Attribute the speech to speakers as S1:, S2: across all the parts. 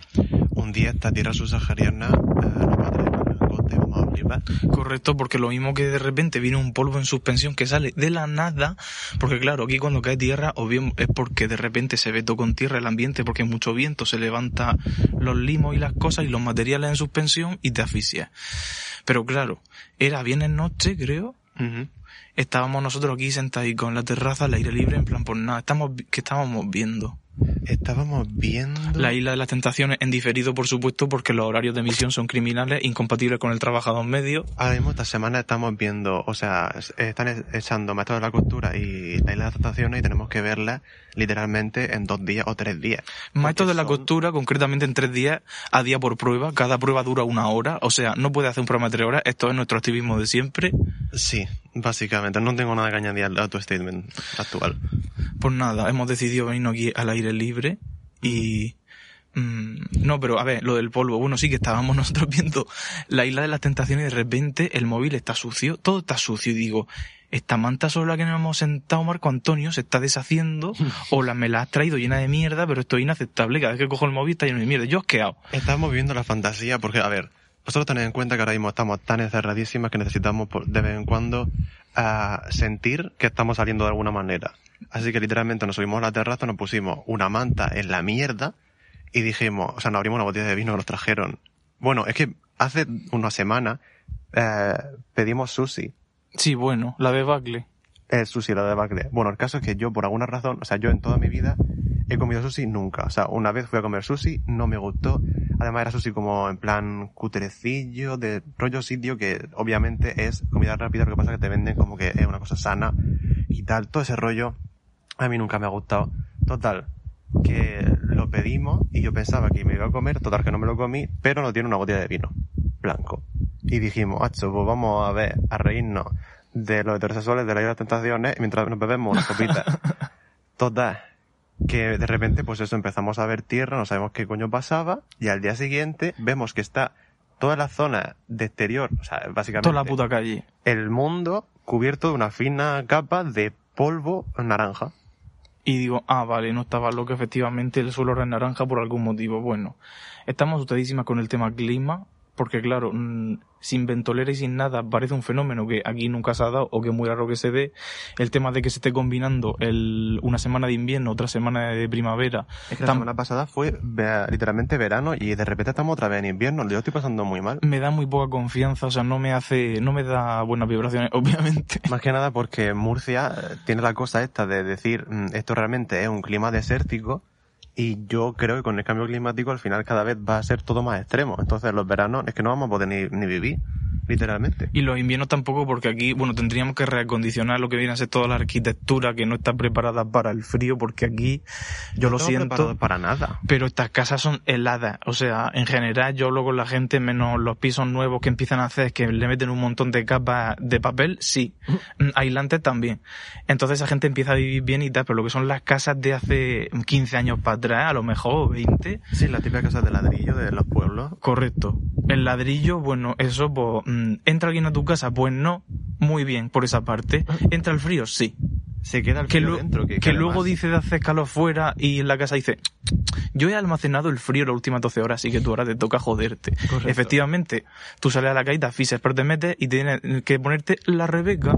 S1: Un día esta tierra subsahariana, eh, los padres de Langote, vamos a flipar.
S2: Correcto, porque lo mismo que de repente viene un polvo en suspensión que sale de la nada, porque claro, aquí cuando cae tierra, o bien es porque de repente se ve todo con tierra el ambiente, porque hay mucho viento, se levanta los limos y las cosas y los materiales en suspensión y te asfixias. Pero claro, era viernes noche, creo,
S1: Ujú.
S2: estábamos nosotros aquí sentaditos en la terraza al aire libre, en plan, por nada, estamos, que estábamos viendo?
S1: Estábamos viendo...
S2: La isla de las tentaciones en diferido, por supuesto, porque los horarios de emisión son criminales, incompatibles con el trabajador medio,
S1: Ahora mismo esta semana estamos viendo, o sea, es- están es- echando Maestros de la Cultura y la Isla de las Tentaciones y tenemos que verla literalmente en dos días o tres días.
S2: Maestros de
S1: Porque
S2: la
S1: son-
S2: costura, concretamente en tres días, a día por prueba. Cada prueba dura una hora. O sea, no puede hacer un programa de tres horas. Esto es nuestro activismo de siempre.
S1: Sí, básicamente. No tengo nada que añadir al- a tu statement actual.
S2: Pues nada, hemos decidido venirnos aquí al aire libre y... mm, no, pero a ver, lo del polvo. Bueno, sí que estábamos nosotros viendo la isla de las tentaciones y de repente el móvil está sucio, todo está sucio y digo, esta manta sobre la que nos hemos sentado Marco Antonio se está deshaciendo o la, me la has traído llena de mierda, pero esto es inaceptable. Cada vez que cojo el móvil está lleno de mierda. Yo os queado.
S1: Estamos viviendo la fantasía porque, a ver, vosotros tened en cuenta que ahora mismo estamos tan encerradísimas que necesitamos por- de vez en cuando ah, sentir que estamos saliendo de alguna manera. Así que literalmente nos subimos a la terraza, nos pusimos una manta en la mierda y dijimos, o sea, nos abrimos una botella de vino que nos trajeron. Bueno, es que hace una semana eh, pedimos sushi.
S2: Sí, bueno, la debacle.
S1: El sushi, la debacle. Bueno, el caso es que yo, por alguna razón, o sea, yo en toda mi vida he comido sushi nunca. O sea, una vez fui a comer sushi, no me gustó. Además era sushi como en plan cutrecillo, de rollo sitio que obviamente es comida rápida, lo que pasa es que te venden como que es una cosa sana y tal. Todo ese rollo a mí nunca me ha gustado. Total, que lo pedimos y yo pensaba que me iba a comer, total que no me lo comí, pero no tiene una botella de vino blanco. Y dijimos, hacho, pues vamos a ver, a reírnos de los heterosexuales de la isla de las tentaciones mientras nos bebemos una copita. Total, que de repente, pues eso, empezamos a ver tierra, no sabemos qué coño pasaba, y al día siguiente vemos que está toda la zona de exterior, o sea, básicamente
S2: Toda la puta calle.
S1: el mundo cubierto de una fina capa de polvo naranja.
S2: Y digo, ah, vale, no estaba loco, efectivamente el suelo era naranja por algún motivo. Bueno, estamos asustadísimas con el tema clima, porque claro, mm, sin ventolera y sin nada, parece un fenómeno que aquí nunca se ha dado o que es muy raro que se dé. El tema de que se esté combinando el, una semana de invierno, otra semana de primavera.
S1: Es que la
S2: Tam-
S1: semana pasada fue ve- literalmente verano y de repente estamos otra vez en invierno. Yo estoy pasando muy mal.
S2: Me da muy poca confianza, o sea, no me hace, no me da buenas vibraciones, obviamente.
S1: Más que nada porque Murcia eh, tiene la cosa esta de decir mm, esto realmente es un clima desértico y yo creo que con el cambio climático al final cada vez va a ser todo más extremo. Entonces los veranos es que no vamos a poder ni, ni vivir, literalmente.
S2: Y los inviernos tampoco, porque aquí, bueno, tendríamos que reacondicionar lo que viene a ser toda la arquitectura que no está preparada para el frío, porque aquí, yo
S1: No
S2: lo
S1: estamos
S2: siento,
S1: preparados para nada.
S2: pero estas casas son heladas. O sea, en general, yo hablo con la gente, menos los pisos nuevos que empiezan a hacer, que le meten un montón de capas de papel, sí. Mm, Aislantes también. Entonces esa gente empieza a vivir bien y tal, pero lo que son las casas de hace 15 años para atrás, a lo mejor, 20,
S1: Sí, la típica casa de ladrillo de los pueblos.
S2: Correcto. El ladrillo, bueno, eso, pues, mm, ¿entra alguien a tu casa? Pues no. Muy bien, por esa parte. ¿Entra el frío? Sí.
S1: Se queda el
S2: Que,
S1: frío
S2: lu-
S1: dentro. Que,
S2: que luego dice de hacer calor fuera y en la casa dice, yo he almacenado el frío las últimas 12 horas, así que tú ahora te toca joderte.
S1: Correcto.
S2: Efectivamente, tú sales a la calle, te asfixias, pero te metes y tienes que ponerte la Rebeca.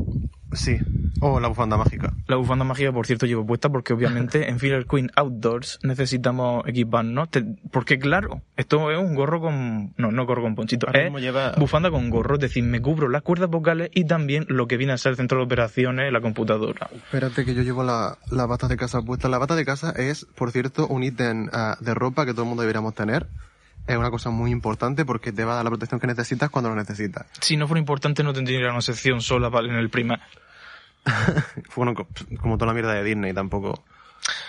S1: Sí. O la bufanda mágica.
S2: La bufanda mágica, por cierto, llevo puesta porque obviamente en Filler Queen Outdoors necesitamos equiparnos. Te- Porque claro, esto es un gorro con... No, no gorro con ponchito.
S1: Ahora
S2: es
S1: mismo lleva-
S2: bufanda con gorro, es decir, me cubro las cuerdas vocales y también lo que viene a ser el centro de operaciones, la computadora.
S1: Espérate que yo llevo la, la bata de casa puesta. La bata de casa es, por cierto, un ítem ah, de ropa que todo el mundo deberíamos tener. es una cosa muy importante porque te va a dar la protección que necesitas cuando lo necesitas.
S2: Si no fuera importante, no tendría una sección sola para- en el primer.
S1: Bueno, co- como toda la mierda de Disney tampoco.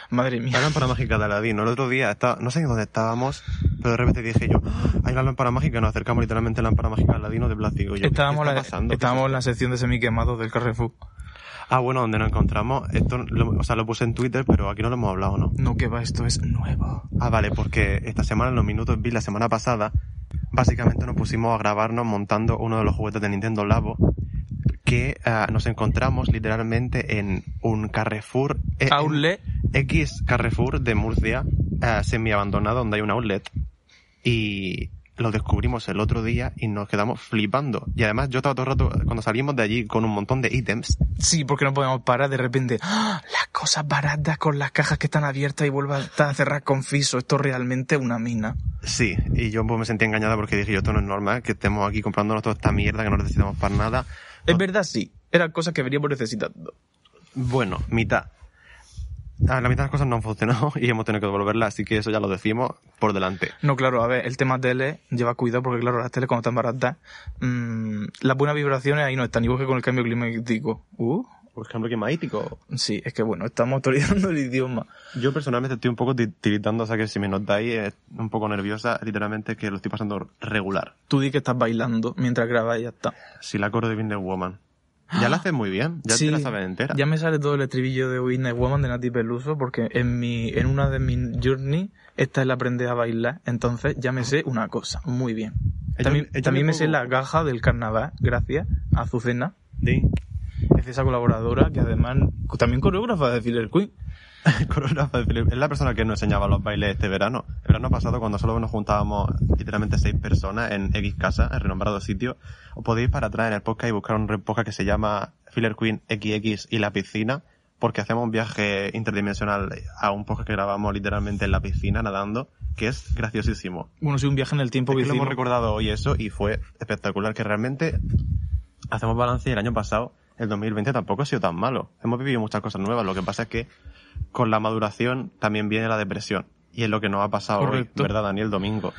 S2: Madre mía.
S1: La lámpara mágica de Aladdin. ¿no? El otro día, estaba, no sé en dónde estábamos, pero de repente dije yo, "Ah, hay una lámpara mágica, nos acercamos literalmente a la lámpara mágica de Aladino de plástico. Y yo,
S2: Estábamos,
S1: ¿qué
S2: en
S1: está
S2: la-
S1: pasando? ¿Qué
S2: estábamos en la sección de semiquemados del Carrefour.
S1: Ah, bueno, donde nos encontramos, esto, lo- o sea, lo puse en Twitter, pero aquí no lo hemos hablado, ¿no?
S2: No, que va, esto es nuevo.
S1: Ah, vale, porque esta semana en los minutos vi la semana pasada, básicamente nos pusimos a grabarnos montando uno de los juguetes de Nintendo Labo, que ah, nos encontramos literalmente en un Carrefour, eh, en
S2: Outlet.
S1: X Carrefour de Murcia, eh, semi-abandonado, donde hay un outlet. Y lo descubrimos el otro día y nos quedamos flipando. Y además yo estaba todo el rato, cuando salimos de allí con un montón de ítems,
S2: Sí, porque no podemos parar de repente. ¡Ah! Las cosas baratas con las cajas que están abiertas y vuelven a estar cerradas con fiso. Esto es realmente es una mina.
S1: sí, y yo pues, me sentí engañada porque dije, yo esto no es normal, que estemos aquí comprándonos toda esta mierda que no necesitamos para nada.
S2: Es verdad, sí. Eran cosas que veníamos necesitando.
S1: Bueno, mitad. Ah, la mitad de las cosas no han funcionado y hemos tenido que devolverlas, así que eso ya lo decimos por delante.
S2: No, claro, a ver, el tema tele lleva cuidado porque, claro, las teles cuando están baratas, mm, las buenas vibraciones ahí no están. Y busque con el cambio climático. Uh,
S1: Por ejemplo, climático.
S2: sí, es que bueno, estamos autorizando el idioma.
S1: Yo personalmente estoy un poco ti- tiritando, o sea que si me notáis eh, un poco nerviosa, literalmente que lo estoy pasando regular.
S2: Tú di que estás bailando mientras grabas y ya está.
S1: Si la coro de Binder Woman. Ya la haces muy bien, ya
S2: Sí,
S1: te la sabes entera.
S2: Ya me sale todo el estribillo de Whitney Woman de Nati Peluso porque en mi en una de mis journey esta es la aprender a bailar, entonces ya me sé una cosa, muy bien.
S1: Ella-
S2: También,
S1: ella
S2: también
S1: me
S2: me sé
S1: pongo-
S2: la caja del carnaval, gracias a Azucena,
S1: Sí.
S2: es esa colaboradora que además también coreógrafa de Filler Queen.
S1: Coreógrafa de Philip. Es la persona que nos enseñaba los bailes este verano. El verano pasado, cuando solo nos juntábamos literalmente seis personas en X casa, en renombrado sitio, os podéis ir para atrás en el podcast y buscar un re- podcast que se llama Filler Queen XX y la piscina, porque hacemos un viaje interdimensional a un podcast que grabamos literalmente en la piscina nadando, que es graciosísimo.
S2: Bueno, sí, un viaje en el tiempo
S1: Es que
S2: que
S1: lo hemos
S2: hicimos.
S1: recordado hoy eso y fue espectacular, que realmente hacemos balance y el año pasado, el 2020 tampoco ha sido tan malo. Hemos vivido muchas cosas nuevas, lo que pasa es que con la maduración también viene la depresión. Y es lo que nos ha pasado
S2: Correcto.
S1: hoy, ¿verdad, Daniel? Domingo.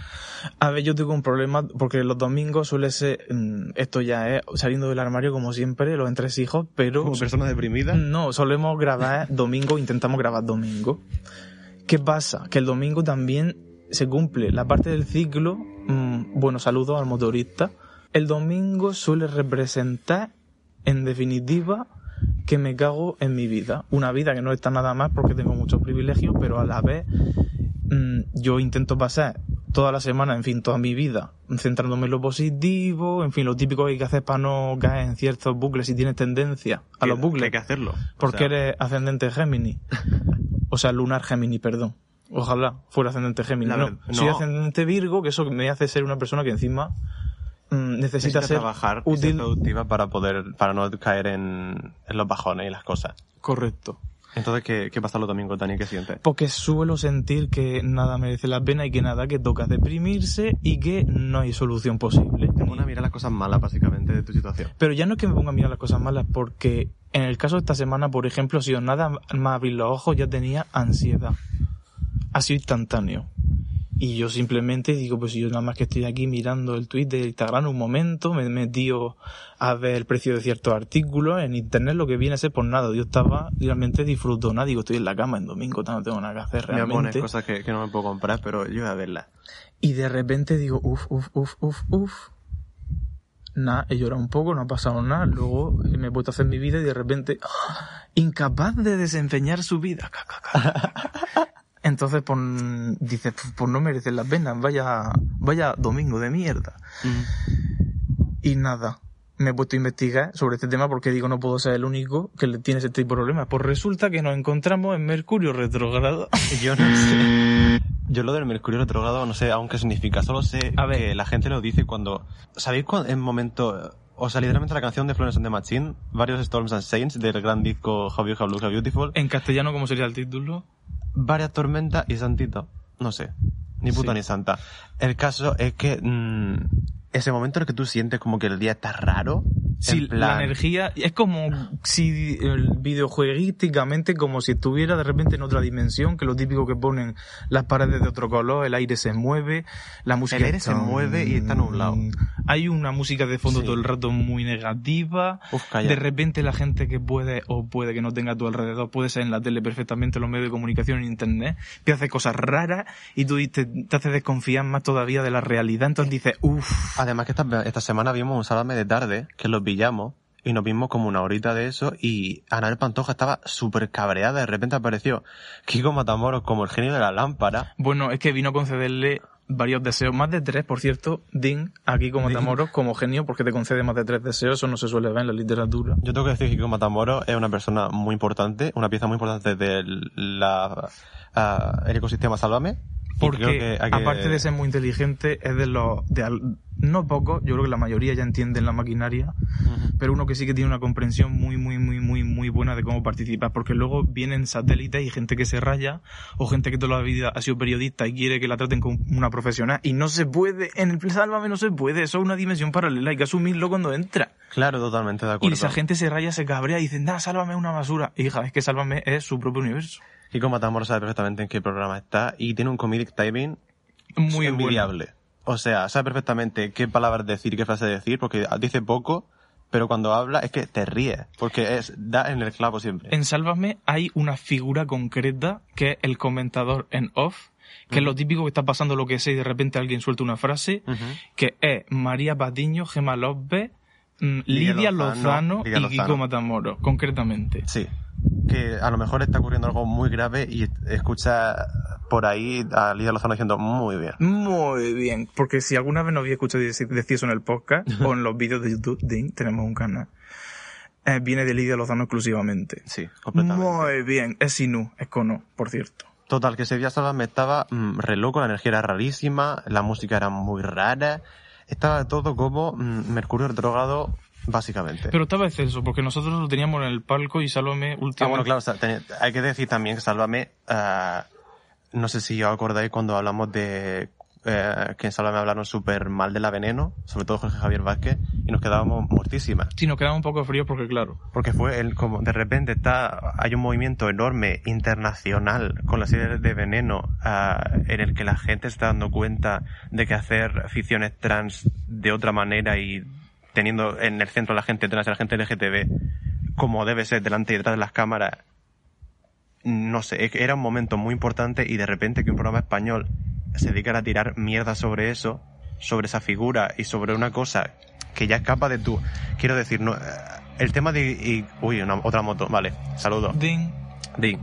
S2: A ver, yo tengo un problema porque los domingos suele ser, mm, esto ya es saliendo del armario como siempre, los entresijos, pero
S1: Como persona deprimida,
S2: No, solemos grabar domingo, intentamos grabar domingo. ¿Qué pasa? Que el domingo también se cumple la parte del ciclo. mm, bueno, saludo al motorista. El domingo suele representar, en definitiva, que me cago en mi vida. Una vida que no está nada más porque tengo muchos privilegios, pero a la vez mm, yo intento pasar toda la semana, en fin, toda mi vida, centrándome en lo positivo, en fin, lo típico que hay que hacer para no caer en ciertos bucles si tienes tendencia a
S1: que-
S2: los bucles.
S1: que Hay que hacerlo. O
S2: Porque
S1: sea,
S2: eres ascendente Géminis. O sea, lunar Géminis, perdón. Ojalá fuera ascendente Géminis.
S1: La
S2: No,
S1: verdad-
S2: soy
S1: no.
S2: ascendente Virgo, que eso me hace ser una persona que encima mm, necesita,
S1: necesitas
S2: ser
S1: trabajar y ser
S2: útil.
S1: productiva para poder, para no caer en, en los bajones y las cosas.
S2: Correcto.
S1: Entonces, ¿qué, qué pasa los domingos, Dani? ¿Qué sientes?
S2: Porque suelo sentir que nada merece la pena y que nada, que toca deprimirse y que no hay solución posible.
S1: Te pones a mirar las cosas malas, básicamente, de tu situación.
S2: Pero ya no es que me ponga a mirar las cosas malas, porque en el caso de esta semana, por ejemplo, si yo nada más abrir los ojos ya tenía ansiedad. Ha sido instantáneo. Y yo simplemente digo, pues si yo nada más que estoy aquí mirando el tweet de Instagram un momento, me he metido a ver el precio de ciertos artículos en internet, lo que viene a ser por nada. Yo estaba realmente disfrutona, digo, estoy en la cama en domingo, no tengo nada que hacer
S1: Me pones
S2: realmente.
S1: cosas que, que no me puedo comprar, pero yo voy a verlas.
S2: Y de repente digo, uff, uff, uff, uff, uff. Nada, he llorado un poco, no ha pasado nada. Luego eh, me he puesto a hacer mi vida y de repente, ¡ah! incapaz de desempeñar su vida. Ca, ca, ca. Entonces, pues, dices, pues, pues no mereces la pena, vaya, vaya domingo de mierda.
S1: Mm.
S2: Y nada, me he puesto a investigar sobre este tema porque digo, no puedo ser el único que le tiene este tipo de problemas. Pues resulta que nos encontramos en Mercurio retrogrado.
S1: Yo no sé. Yo lo del mercurio retrogrado no sé aún qué significa. Solo sé
S2: A ver.
S1: que la gente lo dice cuando... ¿Sabéis cuándo en momento... O sea, literalmente la canción de Florence and the Machine, varios Storms and Saints del gran disco How You How Look How Beautiful,
S2: en castellano, ¿cómo sería el título?
S1: varias tormentas y santito. No sé. Ni puta
S2: Sí.
S1: ni santa. El caso es que... mm, ese momento en el que tú sientes como que el día está raro,
S2: Sí,
S1: En plan-
S2: la energía es como si el videojueguísticamente como si estuviera de repente en otra dimensión, que lo típico que ponen las paredes de otro color, el aire se mueve, la música Mm,
S1: El aire se mueve y está nublado.
S2: Hay una música de fondo
S1: Sí.
S2: todo el rato muy negativa.
S1: Uf, calla.
S2: De repente la gente que puede o puede que no tenga a tu alrededor, puede ser en la tele perfectamente, en los medios de comunicación, en internet, que hace cosas raras y tú te, te haces desconfiar más todavía de la realidad, entonces dices, uff,
S1: Además que esta, esta semana vimos un sálvame de tarde, que los pillamos, y nos vimos como una horita de eso, y Anabel Pantoja estaba súper cabreada, de repente apareció Kiko Matamoros como el genio de la lámpara.
S2: Bueno, es que vino a concederle varios deseos, más de tres, por cierto, Ding, aquí como Tamoros, como genio, porque te concede más de tres deseos, eso no se suele ver en la literatura.
S1: Yo tengo que decir que Kiko Matamoros es una persona muy importante, una pieza muy importante del la, ah, el ecosistema Sálvame. y
S2: Porque,
S1: creo que hay que-
S2: aparte de ser muy inteligente, es de los, de al- no pocos, yo creo que la mayoría ya entienden la maquinaria,
S1: Ujú.
S2: pero uno que sí que tiene una comprensión muy, muy, muy, muy, muy buena de cómo participar, porque luego vienen satélites y gente que se raya, o gente que toda la vida ha sido periodista y quiere que la traten como una profesional, y no se puede, en el Sálvame no se puede, eso es una dimensión paralela, hay que asumirlo cuando entra.
S1: Claro, totalmente de
S2: Y
S1: acuerdo.
S2: esa gente se raya, se cabrea y dice, nada, sálvame es una basura. Hija, es que sálvame es su propio universo.
S1: Kiko Matamoros sabe perfectamente en qué programa está, y tiene un comedic timing
S2: Muy
S1: envidiable. O sea, sabe perfectamente qué palabras decir, qué frase decir, porque dice poco, pero cuando habla es que te ríes, porque es da en el clavo siempre.
S2: bueno. En Sálvame hay una figura concreta que es el comentador en off, que es lo típico que está pasando lo que sé y de repente alguien suelta una frase,
S1: Ujú.
S2: que es María Patiño, Gemma López, mm,
S1: Lidia
S2: Lidia
S1: Lozano,
S2: Lozano,
S1: Lidia
S2: y Kiko
S1: Lozano.
S2: Matamoros, concretamente.
S1: Sí. Que a lo mejor está ocurriendo algo muy grave y escucha por ahí a Lidia Lozano diciendo muy bien.
S2: Muy bien, porque si alguna vez no había escuchado decir decir eso en el podcast o en los vídeos de YouTube, Ding, tenemos un canal. Eh, viene de Lidia Lozano exclusivamente.
S1: Sí, completamente.
S2: Muy bien, es Inu, es Kono, por cierto.
S1: Total, que ese día Sálvame estaba mm, re loco, la energía era rarísima, la música era muy rara, estaba todo como mm, Mercurio drogado, básicamente.
S2: Pero estaba exceso, porque nosotros lo teníamos en el palco y Salome últimamente.
S1: Ah, bueno, claro, o sea, ten- hay que decir también que Sálvame, ah, no sé si os acordáis cuando hablamos de eh, que en Sálvame hablaron súper mal de la veneno, sobre todo Jorge Javier Vázquez, y nos quedábamos muertísimas.
S2: Sí, nos quedamos un poco fríos porque, claro.
S1: Porque fue el, como de repente está, hay un movimiento enorme internacional con la serie de Veneno ah, en el que la gente se está dando cuenta de que hacer ficciones trans de otra manera y teniendo en el centro a la gente trans, a la gente LGTB, como debe ser delante y detrás de las cámaras, no sé, es que era un momento muy importante y de repente que un programa español se dedicara a tirar mierda sobre eso, sobre esa figura y sobre una cosa que ya escapa de tu... Quiero decir, no, eh, el tema de... y- uy, una- otra moto, vale, saludo.
S2: Ding.
S1: Di.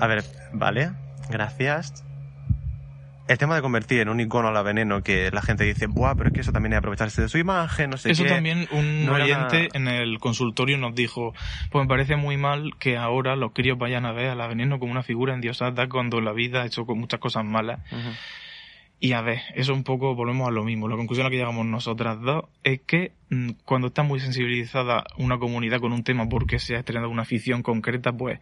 S1: A ver, vale, gracias. El tema de convertir en un icono a la veneno que la gente dice, buah, pero es que eso también es aprovecharse de su imagen, no sé
S2: Eso
S1: qué.
S2: también un
S1: no era
S2: oyente
S1: nada-
S2: en el consultorio nos dijo, pues me parece muy mal que ahora los críos vayan a ver a la veneno como una figura endiosada cuando la vida ha hecho con muchas cosas malas.
S1: Ujú.
S2: Y a ver, eso un poco volvemos a lo mismo. La conclusión a la que llegamos nosotras dos es que mm, cuando está muy sensibilizada una comunidad con un tema porque se ha estrenado una afición concreta, pues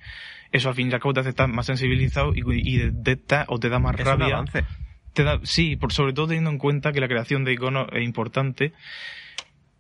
S2: eso al fin y al cabo te hace estar más sensibilizado y, y detecta o te da más
S1: Es un
S2: rabia.
S1: avance.
S2: Te da, sí, por, sobre todo teniendo en cuenta que la creación de iconos es importante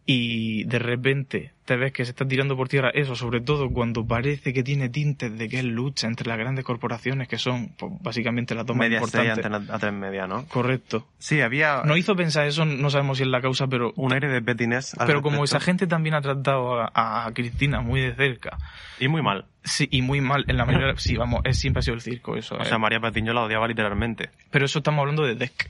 S2: y de repente te ves que se está tirando por tierra eso, sobre todo cuando parece que tiene tintes de que es lucha entre las grandes corporaciones que son pues, básicamente la toma
S1: Media seis
S2: importante.
S1: antena- a tres media, ¿no?
S2: Correcto.
S1: Sí, había...
S2: No hizo pensar eso, no sabemos si es la causa, pero,
S1: un aire de pettiness. al
S2: pero como
S1: respecto.
S2: esa gente también ha tratado a, a Cristina muy de cerca,
S1: Y muy mal.
S2: sí, y muy mal, en la mayoría, sí, vamos, es, siempre ha sido el circo eso.
S1: O
S2: eh.
S1: sea, María Patiño la odiaba literalmente.
S2: pero eso estamos hablando de Desk.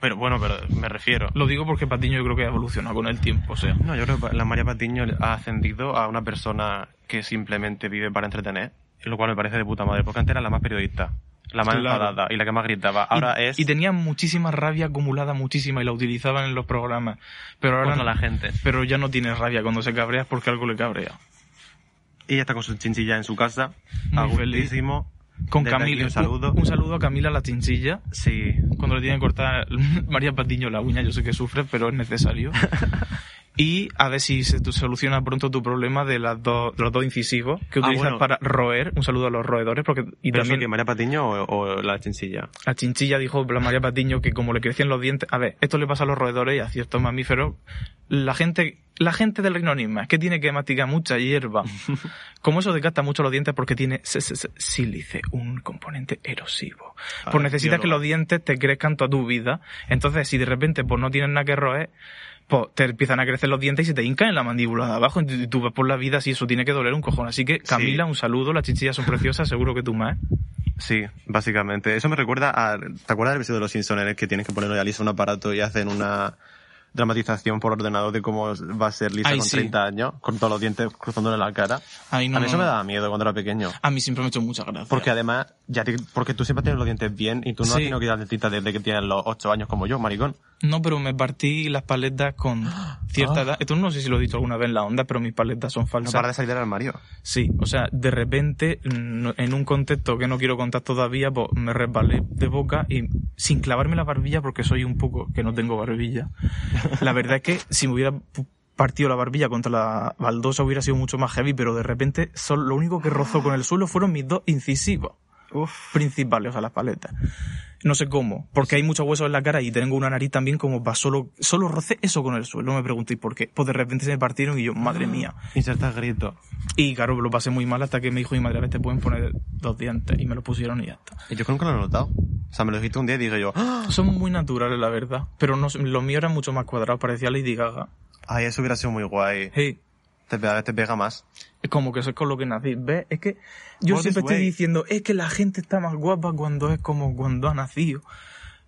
S1: Pero bueno, pero me refiero.
S2: Lo digo porque Patiño yo creo que ha evolucionado con el tiempo, o sea.
S1: No, yo creo que la María Patiño ha ascendido a una persona que simplemente vive para entretener, lo cual me parece de puta madre, porque antes era la más periodista, la más
S2: Claro.
S1: enfadada y la que más gritaba. Ahora
S2: y,
S1: es
S2: y tenía muchísima rabia acumulada, muchísima, y la utilizaban en los programas. Pero ahora
S1: contra la gente.
S2: Pero ya no tiene rabia cuando se cabrea es porque algo le cabrea.
S1: Ella está con su chinchilla en su casa,
S2: Muy
S1: a
S2: feliz.
S1: gustísimo.
S2: Con
S1: Desde aquí
S2: Camila.
S1: Un saludo.
S2: Un, un saludo a Camila la chinchilla.
S1: Sí.
S2: Cuando le tienen que cortar María Patiño la uña, yo sé que sufre, pero es necesario. Y a ver si se tu- soluciona pronto tu problema de, las dos, de los dos incisivos que
S3: Ah,
S2: utilizas
S3: bueno.
S2: para roer. Un saludo a los roedores, porque y
S1: ¿Pero
S2: también
S1: eso que María Patiño o, o la chinchilla?
S2: la chinchilla dijo la María Patiño que como le crecían los dientes, a ver, esto le pasa a los roedores y a ciertos mamíferos. La gente, la gente del reino Nisma es que tiene que masticar mucha hierba. Como eso desgasta mucho los dientes porque tiene s- s- s- sílice, un componente erosivo.
S1: Ah,
S2: pues necesitas
S1: biólogo.
S2: que los dientes te crezcan toda tu vida. Entonces, si de repente pues no tienes nada que roer, pues te empiezan a crecer los dientes y se te hincan en la mandíbula de abajo. Y tú- y tú vas por la vida así, eso tiene que doler un cojón. Así que, Camila, un saludo. Las chinchillas son preciosas, seguro que tú más.
S1: Sí, básicamente. Eso me recuerda a... ¿Te acuerdas del episodio de los Simpsons en el que tienes que ponerle a Lisa un aparato y hacen una dramatización por ordenador de cómo va a ser Lisa
S2: Ay,
S1: con
S2: sí.
S1: 30 años, con todos los dientes cruzándole la cara?
S2: Ay, no,
S1: a mí
S2: no,
S1: eso me
S2: no.
S1: daba miedo cuando era pequeño.
S2: A mí siempre me ha hecho mucha gracia.
S1: Porque además, ya te- porque tú siempre tienes los dientes bien y tú no
S2: Sí.
S1: has tenido que ir al dentista desde que tienes los 8 años como yo, maricón.
S2: No, pero me partí las paletas con cierta edad. Esto no sé si lo he dicho alguna vez en la onda, pero mis paletas son
S1: No
S2: falsas.
S1: para de salir del armario.
S2: Sí, o sea, de repente, mm, en un contexto que no quiero contar todavía, pues me resbalé de boca y sin clavarme la barbilla, porque soy un poco que no tengo barbilla. La verdad es que si me hubiera pu- partido la barbilla contra la baldosa hubiera sido mucho más heavy, pero de repente sol- lo único que rozó con el suelo fueron mis dos incisivos principales, o sea, las paletas. No sé cómo, porque hay muchos huesos en la cara y tengo una nariz también como va solo, solo roce eso con el suelo. No me preguntéis por qué. Pues de repente se me partieron y yo, madre mía.
S1: Insertas grito.
S2: Y claro, lo pasé muy mal hasta que me dijo mi madre, a ver, te pueden poner dos dientes. Y me lo pusieron y ya está.
S1: Y yo nunca lo he notado. O sea, me lo dijiste un día y dije yo, ¡Ah!
S2: Son muy naturales, la verdad. Pero no, los míos eran mucho más cuadrados, parecía Lady Gaga.
S1: ay, eso hubiera sido muy guay.
S2: Hey,
S1: Te pega, te pega más.
S2: es como que eso es con lo que nací. ¿Ves? Es que yo
S1: What
S2: siempre
S1: is
S2: estoy
S1: way?
S2: diciendo, es que la gente está más guapa cuando es como cuando ha nacido.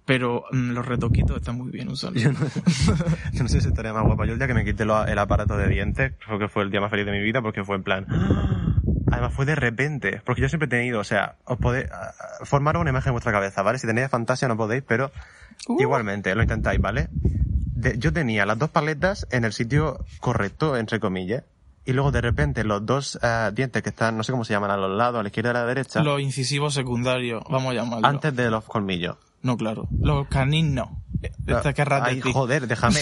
S2: Pero mm, los retoquitos están muy bien, un saludo.
S1: Yo no sé si estaría más guapa. Yo el día que me quité lo- el aparato de dientes, creo que fue el día más feliz de mi vida porque fue en plan... ¡ah! Además fue de repente, porque yo siempre he tenido, o sea, os podéis ah, ah, formaros una imagen en vuestra cabeza, ¿vale? Si tenéis fantasía no podéis, pero igualmente lo intentáis, ¿vale? De- yo tenía las dos paletas en el sitio correcto, entre comillas, y luego de repente los dos ah, dientes que están, no sé cómo se llaman, a los lados, a la izquierda y a la derecha,
S2: Los incisivos secundarios, vamos a llamarlo.
S1: antes de los colmillos.
S2: No, claro. Los caninos. Esta que rata
S1: Ah, Ay,
S2: de ti.
S1: joder, déjame.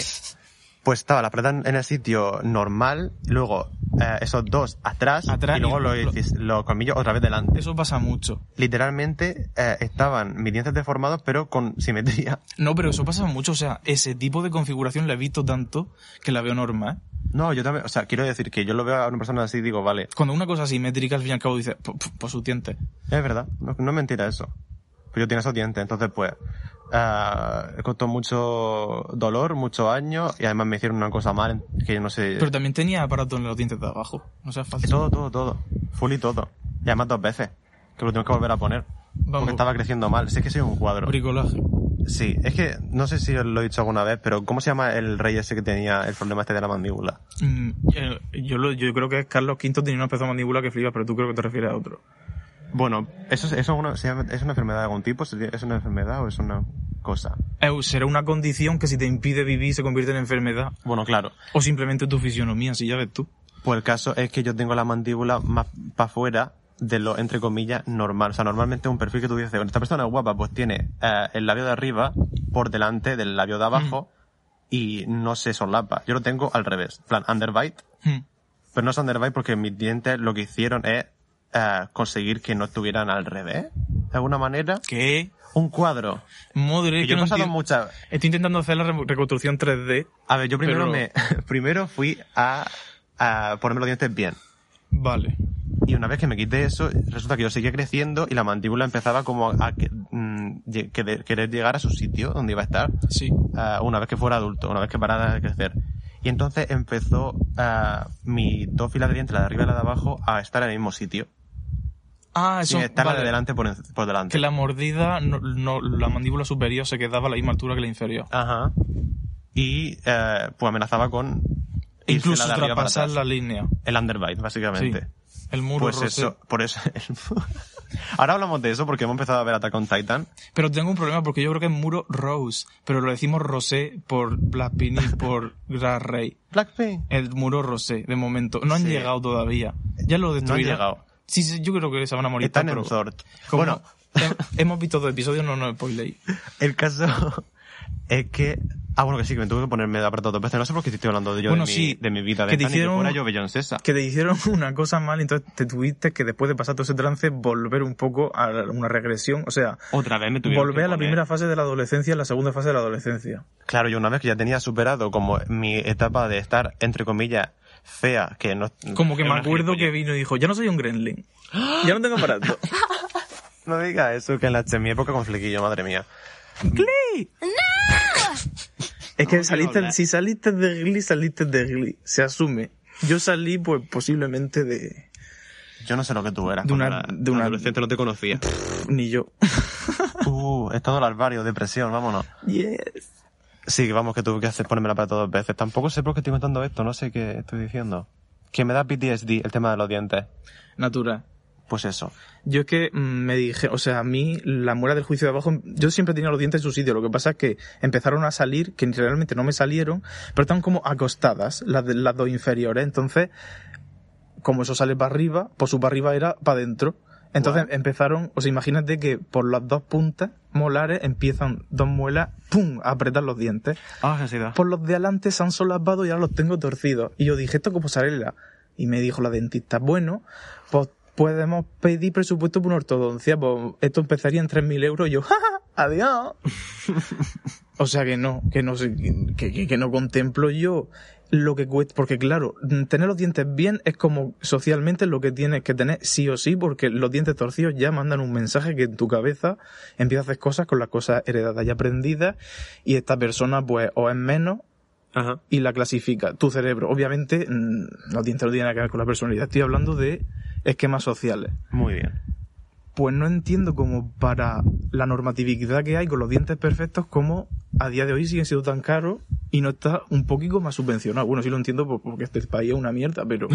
S1: Pues estaba la plata en el sitio normal, luego eh, esos dos atrás,
S2: Atrás
S1: y luego
S2: y-
S1: los, incis- los colmillos otra vez delante.
S2: Eso pasa mucho.
S1: Literalmente eh, estaban mis dientes deformados, pero con simetría.
S2: No, pero eso pasa mucho. O sea, ese tipo de configuración la he visto tanto que la veo normal.
S1: No, yo también, o sea, quiero decir que yo lo veo a una persona así y digo, vale,
S2: Cuando una cosa asimétrica, al fin y al cabo, dices, "Pu- pu- por sus dientes.
S1: es verdad, no, no es mentira eso. Pero yo tenía esos dientes, entonces pues eh, costó mucho dolor, muchos años, y además me hicieron una cosa mal que yo no sé...
S2: Pero también tenía aparato en los dientes de abajo. No sea fácil.
S1: Todo, todo, todo. Full y todo. Y además dos veces. Que lo tengo que volver a poner.
S2: Vamos.
S1: Porque estaba creciendo mal. Si es que soy un cuadro.
S2: Bricolaje.
S1: Sí, es que no sé si os lo he dicho alguna vez, pero ¿cómo se llama el rey ese que tenía el problema este de la mandíbula?
S2: Mm, eh, yo, lo- yo creo que es Carlos V tenía una pedazo de mandíbula que flipa, pero tú creo que te refieres a otro.
S1: Bueno, ¿eso, es- eso es una- se llama- es una enfermedad de algún tipo? ¿Es una enfermedad o es una cosa?
S2: Eh, será una condición que si te impide vivir se convierte en enfermedad.
S1: Bueno, claro.
S2: O simplemente tu fisionomía, si ya ves tú.
S1: Pues el caso es que yo tengo la mandíbula más para afuera de lo, entre comillas, normal. O sea, normalmente un perfil que tú dices, bueno, esta persona es guapa, pues tiene eh, el labio de arriba por delante del labio de abajo
S2: Mm.
S1: y no se solapa. Yo lo tengo al revés. En plan, underbite.
S2: Mm.
S1: Pero no es underbite porque mis dientes lo que hicieron es eh, conseguir que no estuvieran al revés. De alguna manera.
S2: ¿Qué?
S1: Un cuadro.
S2: Madre, es
S1: Que yo
S2: que
S1: he
S2: no
S1: pasado
S2: entiendo.
S1: muchas...
S2: Estoy intentando hacer la re- reconstrucción 3D.
S1: A ver, yo primero,
S2: Pero-
S1: me, primero fui a, a ponerme los dientes bien.
S2: Vale.
S1: Y una vez que me quité eso, resulta que yo seguía creciendo y la mandíbula empezaba como a que- mm, lle- que de- querer llegar a su sitio donde iba a estar
S2: Sí.
S1: ah, una vez que fuera adulto, una vez que parara de crecer. Y entonces empezó ah, mi dos filas de dientes, la de arriba y la de abajo, a estar en el mismo sitio.
S2: Ah, eso.
S1: Sin estar la
S2: vale.
S1: de delante por, en- por delante.
S2: Que la mordida, no, no- la mandíbula superior se quedaba a la misma altura que la inferior.
S1: Ajá. Y eh, pues amenazaba con... irse
S2: Incluso
S1: la de arriba para
S2: traspasar
S1: atrás.
S2: la línea.
S1: El underbite,
S2: Sí.
S1: básicamente.
S2: El muro
S1: Pues
S2: rosé.
S1: eso, por eso... Ahora hablamos de eso porque hemos empezado a ver Attack on Titan.
S2: Pero tengo un problema porque yo creo que es muro rose, pero lo decimos rosé por Blackpink y por Grad Rey.
S1: Blackpink.
S2: El muro rosé, de momento. No han
S1: Sí.
S2: llegado todavía. Ya lo destruirán.
S1: llegado.
S2: Sí, sí, yo creo que se van a morir.
S1: Están
S2: pero
S1: en Zord.
S2: como
S1: Bueno,
S2: he- hemos visto dos episodios, no nos spoiléis.
S1: el caso es que Ah, bueno, que sí, que me tuve que ponerme de apretado dos veces. No sé por qué te estoy hablando de yo
S2: Bueno,
S1: de,
S2: sí,
S1: mi, de mi vida. De
S2: que te
S1: Dani,
S2: hicieron-
S1: fuera yo Beyoncésa.
S2: Que te hicieron una cosa mal, entonces te tuviste que después de pasar todo ese trance volver un poco a una regresión, o sea,
S1: Otra vez me tuve
S2: volver a la primera fase de la adolescencia, a la segunda fase de la adolescencia.
S1: Claro, yo una vez que ya tenía superado como mi etapa de estar, entre comillas, fea, que no...
S2: Como que
S1: era
S2: me
S1: una
S2: acuerdo que
S1: gilipollez.
S2: vino y dijo, ya no soy un gremlin, ya no tengo aparato.
S1: No diga eso, que en, la, en mi época con flequillo, madre mía.
S2: Es que
S1: No,
S2: saliste,
S1: no,
S2: si saliste de Glee, saliste de Glee, se asume. Yo salí, pues, posiblemente de...
S1: Yo no sé lo que tú eras.
S2: De una-
S1: cuando era
S2: de una-
S1: adolescente no te conocía.
S2: Ni yo.
S1: uh, estado al barrio, depresión, vámonos.
S2: Yes.
S1: Sí, vamos, que tuve que hacer ponerme la pata dos veces. Tampoco sé por qué estoy contando esto, no sé qué estoy diciendo. Que me da PTSD el tema de los dientes.
S2: Natural.
S1: Pues eso.
S2: Yo es que mm, me dije, o sea, a mí la muela del juicio de abajo, yo siempre tenía los dientes en su sitio, lo que pasa es que empezaron a salir, que realmente no me salieron, pero están como acostadas las, de- las dos inferiores, entonces, como eso sale para arriba, pues su para arriba era para adentro. Entonces empezaron, o sea, imagínate que por las dos puntas molares empiezan dos muelas, ¡pum!, a apretar los dientes.
S1: Ah, ansiedad.
S2: Por los de adelante se han solapado y ahora los tengo torcidos. Y yo dije, esto como pasarela. Y me dijo la dentista, bueno, pues podemos pedir presupuesto por una ortodoncia. Pues esto empezaría en 3.000 euros. Y yo, ¡ja, ja! adiós. o sea que no, que no sé, que, que- que no contemplo yo lo que cuesta. Porque claro, tener los dientes bien es como socialmente lo que tienes que tener sí o sí, porque los dientes torcidos ya mandan un mensaje que en tu cabeza empieza a hacer cosas con las cosas heredadas y aprendidas y esta persona pues o es menos
S1: Ajá.
S2: y la clasifica tu cerebro. Obviamente mm, los dientes no tienen nada que ver con la personalidad, estoy hablando de esquemas sociales.
S1: Muy bien.
S2: Pues no entiendo cómo para la normatividad que hay con los dientes perfectos, cómo a día de hoy siguen siendo tan caros y no está un poquito más subvencionado. Bueno, sí lo entiendo por- porque este país es una mierda, pero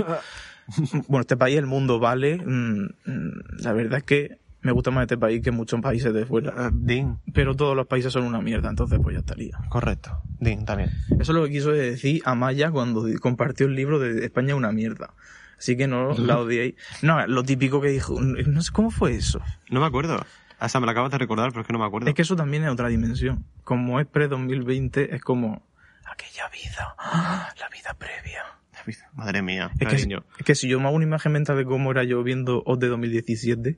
S2: bueno, este país, el mundo vale. mm, mm, la verdad es que me gusta más este país que muchos países de fuera
S1: Eh, Dean,
S2: pero todos los países son una mierda, entonces pues ya estaría.
S1: correcto. Dean también.
S2: Eso es lo que quiso decir Amaya cuando di- compartió el libro de España es una mierda. Así que no la odiéis. No, lo típico que dijo, no sé cómo fue eso.
S1: No me acuerdo. Ah, O sea, me lo acabas de recordar, pero es que no me acuerdo.
S2: Es que eso también es otra dimensión. Como es pre-2020, es como aquella vida, ¡ah! la vida previa.
S1: Madre mía.
S2: Es que, si,
S1: cariño.
S2: es que si yo me hago una imagen mental de cómo era yo viendo OT de 2017,